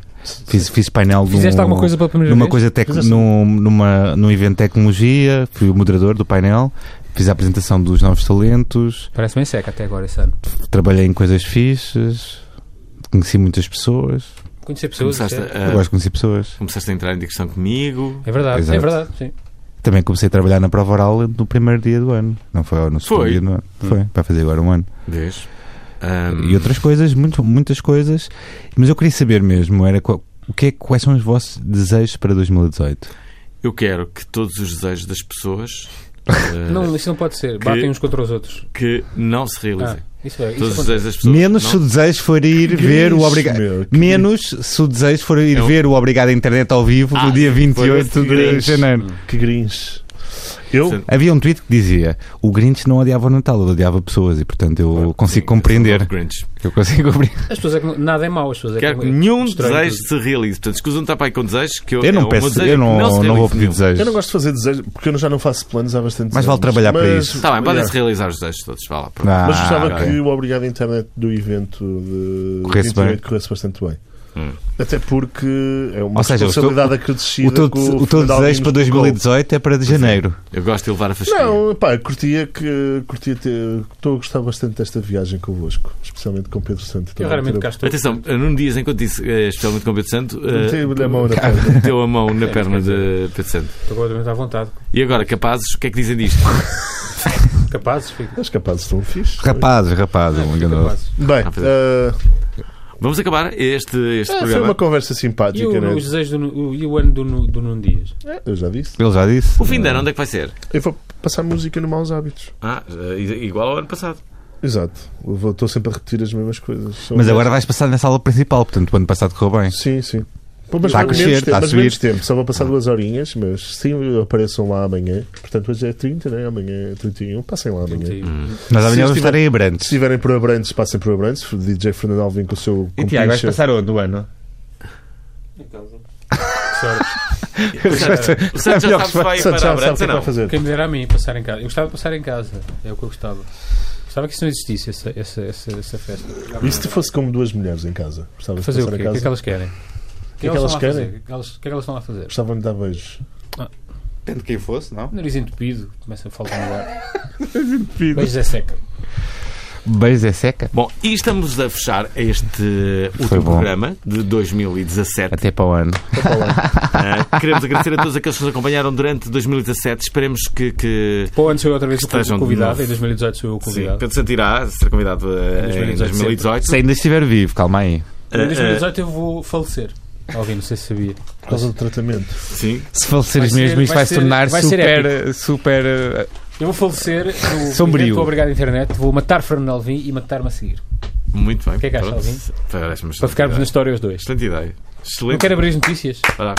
S3: Fiz, fiz painel de
S1: Fizeste
S3: um-
S1: alguma coisa pela primeira
S3: numa
S1: vez?
S3: coisa tec,
S4: Fizeste-
S3: num, numa, num evento de tecnologia, fui o moderador do painel, fiz a apresentação dos novos talentos,
S1: Parece bem seca até agora esse ano.
S3: trabalhei em coisas fixas, conheci muitas pessoas.
S1: Conhecer pessoas.
S2: Começaste
S1: isso é-
S2: a,
S3: Eu gosto de conhecer pessoas.
S2: começaste a entrar em discussão comigo.
S1: É verdade,
S3: Exato.
S1: é verdade, sim.
S3: Também comecei a trabalhar na prova oral no primeiro dia do ano. Não foi no segundo
S2: Foi. Hum.
S3: dia do ano. Foi. Vai fazer agora um ano.
S2: Vês? Ahm,
S3: E outras coisas, muito, muitas coisas. Mas eu queria saber mesmo, era qual- o que é, quais são os vossos desejos para 2018?
S2: Eu quero que todos os desejos das
S3: (laughs)
S2: pessoas eh,
S3: É.
S1: Não, isso não pode ser. Batem uns contra os outros.
S2: que não se
S1: Ah,
S2: realizem.
S1: isso é.
S2: Todos os
S1: Isso é
S2: desejos das pessoas.
S3: Menos se o
S2: não,
S3: desejo for ir
S4: Que
S3: ver o
S4: isso,
S3: Obrigado.
S4: meu, que
S3: Menos se o desejo for ir
S2: É um-
S3: ver o Obrigado à Internet ao vivo
S2: Ah,
S3: no dia
S2: foi esse
S3: 28 de
S2: grande.
S3: janeiro.
S4: Que grins. Eu,
S3: Havia um tweet que dizia: o Grinch não odiava o Natal, ele odiava pessoas e, portanto, eu consigo
S2: é
S3: compreender.
S2: Grinch.
S3: Eu consigo compreender.
S1: As pessoas é que não- nada é mau, as pessoas é que
S2: Quero
S1: não-
S2: que nenhum
S1: destroem
S2: desejo
S1: tudo.
S2: se realize. Portanto, escusam estar pai com desejos que eu,
S3: Eu
S2: é,
S3: não
S2: o meu
S3: peço,
S2: desejo é
S3: eu
S2: que
S3: não,
S2: se
S3: não vou
S2: realize
S3: pedir
S2: nenhum.
S3: desejos.
S4: eu não gosto de fazer desejos, porque eu já não faço planos há bastante
S3: Mas
S4: anos.
S3: vale trabalhar para
S4: Mas-
S3: isso.
S2: Está Tá bem, podem-se realizar os desejos todos. Vá lá, pronto.
S3: Ah,
S4: Mas gostava
S3: ok.
S4: que o obrigado à internet do evento de
S3: Corresse
S4: 28
S3: bem.
S4: corresse bastante bem.
S2: Hum.
S4: Até porque é uma
S3: Ou seja, o teu-
S4: responsabilidade
S3: O
S4: acrescida.
S3: teu,
S4: que o
S3: o teu
S4: Fernando
S3: desejo para
S4: Alves nos
S3: 2018 é para de janeiro.
S2: Eu gosto de levar a
S4: colocou.
S2: fasquia.
S4: Não, pá, curtia que. Curtia ter. Estou a gostar bastante desta viagem convosco, especialmente com Pedro Santo.
S1: Eu raramente cá estou.
S2: Atenção, Nuno Dias, enquanto disse, eh, especialmente com o Pedro Santo, eh,
S4: Meteu-lhe a mão na perna.
S2: meteu a mão
S3: (laughs)
S2: na perna de Pedro Santo.
S1: Estou completamente à vontade.
S2: E agora, capazes, o que é que dizem disto?
S1: Capazes, fico.
S4: Os capazes estão um fixe.
S3: Rapazes, rapazes. um enganador.
S1: Capazes.
S4: Bem,
S2: Ah, pois
S4: ah,
S2: Vamos acabar este, este
S3: É,
S4: ah, foi
S2: programa.
S4: uma conversa
S1: E
S4: simpática,
S1: o,
S4: né?
S1: os desejos do, Nu- o- e o ano do, Nu- do Nuno Dias?
S4: É, Eu já disse.
S3: Ele já disse.
S2: O fim de ano, onde é que vai ser?
S4: Eu vou passar música no Maus Hábitos.
S2: Ah, eh, igual ao ano
S4: (laughs)
S2: passado.
S4: Exato. Eu vou- Estou sempre a repetir as mesmas coisas. Sou
S3: Mas
S4: um
S3: agora vais passar na sala principal, portanto, o ano passado correu bem.
S4: Sim, sim. Pô, mas
S3: Está a
S4: menos
S3: crescer,
S4: tempo,
S3: está a
S4: mas
S3: subir.
S4: menos tempo, só vou passar duas horinhas, mas sim, apareçam lá amanhã. Portanto, hoje é 30, né? amanhã é 31, passem lá amanhã.
S1: Sim.
S3: Nós amanhã
S4: estiver-
S3: vamos estar em
S4: Se
S3: Abrantes.
S4: estiverem por Abrantes, passem por Abrantes. O DJ Fernando Alvim com o seu compincha.
S3: onde o ano?
S6: Em casa.
S2: O Santos- o Santos já sabe se vai
S4: Santos
S2: para a
S4: já sabe o
S2: Abrantes
S4: que é
S2: ou
S4: que vai
S2: não.
S4: fazer.
S1: Quem me dera a mim passar em casa. Eu gostava de passar em casa. É o que eu gostava. Gostava que isso não existisse, essa, essa, essa, essa festa.
S4: E se fosse como duas mulheres em casa? Gostavas de
S1: Fazer o
S4: passar
S1: quê?
S4: em
S1: O que é que
S4: casa?
S1: elas querem? O que
S4: é que elas
S1: estão lá a
S4: querem?
S1: fazer? O que é que elas- o que é que elas estão lá a fazer?
S4: Gostavam de dar beijos.
S3: Depende de quem fosse, não?
S1: Nariz entupido, começa a faltar no ar. Beijos é seca.
S3: Beijos é seca.
S2: Bom, e estamos a fechar este último
S3: bom.
S2: programa de 2017.
S3: Até para o ano.
S2: Ah, queremos agradecer a todos aqueles que nos acompanharam durante 2017. Esperemos que. que...
S1: Para onde sou eu outra vez
S2: Estejam
S1: o
S2: de
S1: convidado,
S2: novo.
S1: em 2018 sou eu o
S2: Sim,
S1: convidado.
S2: Pedro Santo irá ser convidado ah, em
S1: 2018.
S2: 2018.
S3: Se ainda estiver vivo, calma aí.
S2: Eh,
S1: Em 2018 eu vou falecer. Alguém, não sei se sabia.
S4: Por causa do tratamento.
S2: Sim.
S3: Se faleceres
S1: Vai ser-
S3: mesmo, isto
S1: vai
S3: vai
S1: ser-
S3: se tornar
S1: vai ser
S3: super. super eh,
S1: Eu vou falecer, eu
S3: Sombrio.
S1: vou obrigar a internet, vou matar Fernando Alvim e matar-me a seguir.
S2: Muito bem.
S1: O que é que acha,
S2: Pronto.
S1: Alvin?
S2: Parece-me
S1: Para ficarmos na
S2: excelente
S1: história os dois.
S2: ideia. Excelente ideia. Excelente.
S1: Não quero abrir as notícias.
S2: Ora,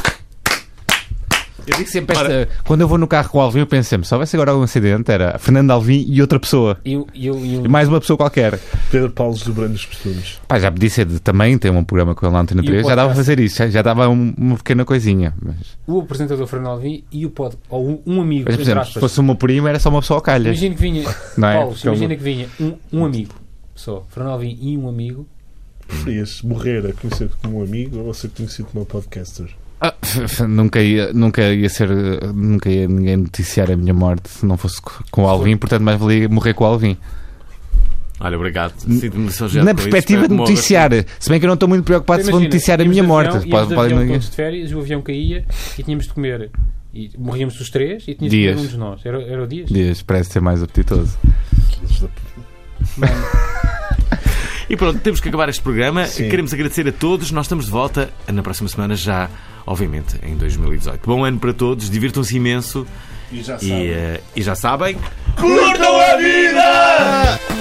S3: eu digo sempre esta, quando eu vou no carro com o Alvin, eu penso sempre, se houvesse agora algum acidente, era Fernando Alvim e outra pessoa.
S1: E eu, e eu, e um eu-
S3: E mais uma pessoa qualquer.
S4: Pedro Paulo dobrando os costumes.
S3: Pá, já podia ser de, também, tem um programa com ele na Antena
S1: E o
S3: 3, já dava para
S1: podcast?
S3: fazer isso, já, já dava um- uma pequena coisinha. Mas,
S1: o apresentador Fernando Alvim e o pod, ou um, um amigo.
S3: mas por
S1: entre
S3: exemplo, se
S1: aspas.
S3: fosse uma prima, era só uma pessoa ao calhas.
S1: Imagina que vinha,
S3: Não é?
S1: Paulo,
S3: Porque é
S1: imagina
S3: uma-
S1: que vinha um, um amigo só, Fernando Alvim e um amigo.
S4: Preferias morrer a conhecer-te como um amigo ou ser conhecido como um podcaster?
S3: Ah, f- f- nunca, ia, nunca ia ser, eh, nunca ia ninguém noticiar a minha morte se não fosse co- com o Alvin, portanto, mais valia morrer com o Alvin.
S2: olha, obrigado. Sinto-me lisonjeado
S3: Na
S2: com é? isso.
S3: perspectiva de
S2: Espero que morras.
S3: noticiar, se bem que eu não estou muito preocupado se vão
S1: Então, Imagina,
S3: noticiar a
S1: íamos
S3: minha
S1: de
S3: morte.
S1: avião- íamos
S3: Pode-
S1: de
S3: pode-
S1: avião todos de férias, o avião caía e tínhamos de comer. E morríamos dos três e tínhamos
S3: Dias.
S1: de comer um de nós. Era, era o Dias?
S3: Dias, parece ser mais apetitoso.
S2: E pronto, temos que acabar este programa.
S4: Sim.
S2: Queremos agradecer a todos. Nós estamos de volta na próxima semana, já, obviamente, em 2018. Bom ano para todos, divirtam-se imenso
S7: E já
S2: e, eh, e já sabem.
S7: Curtam a vida!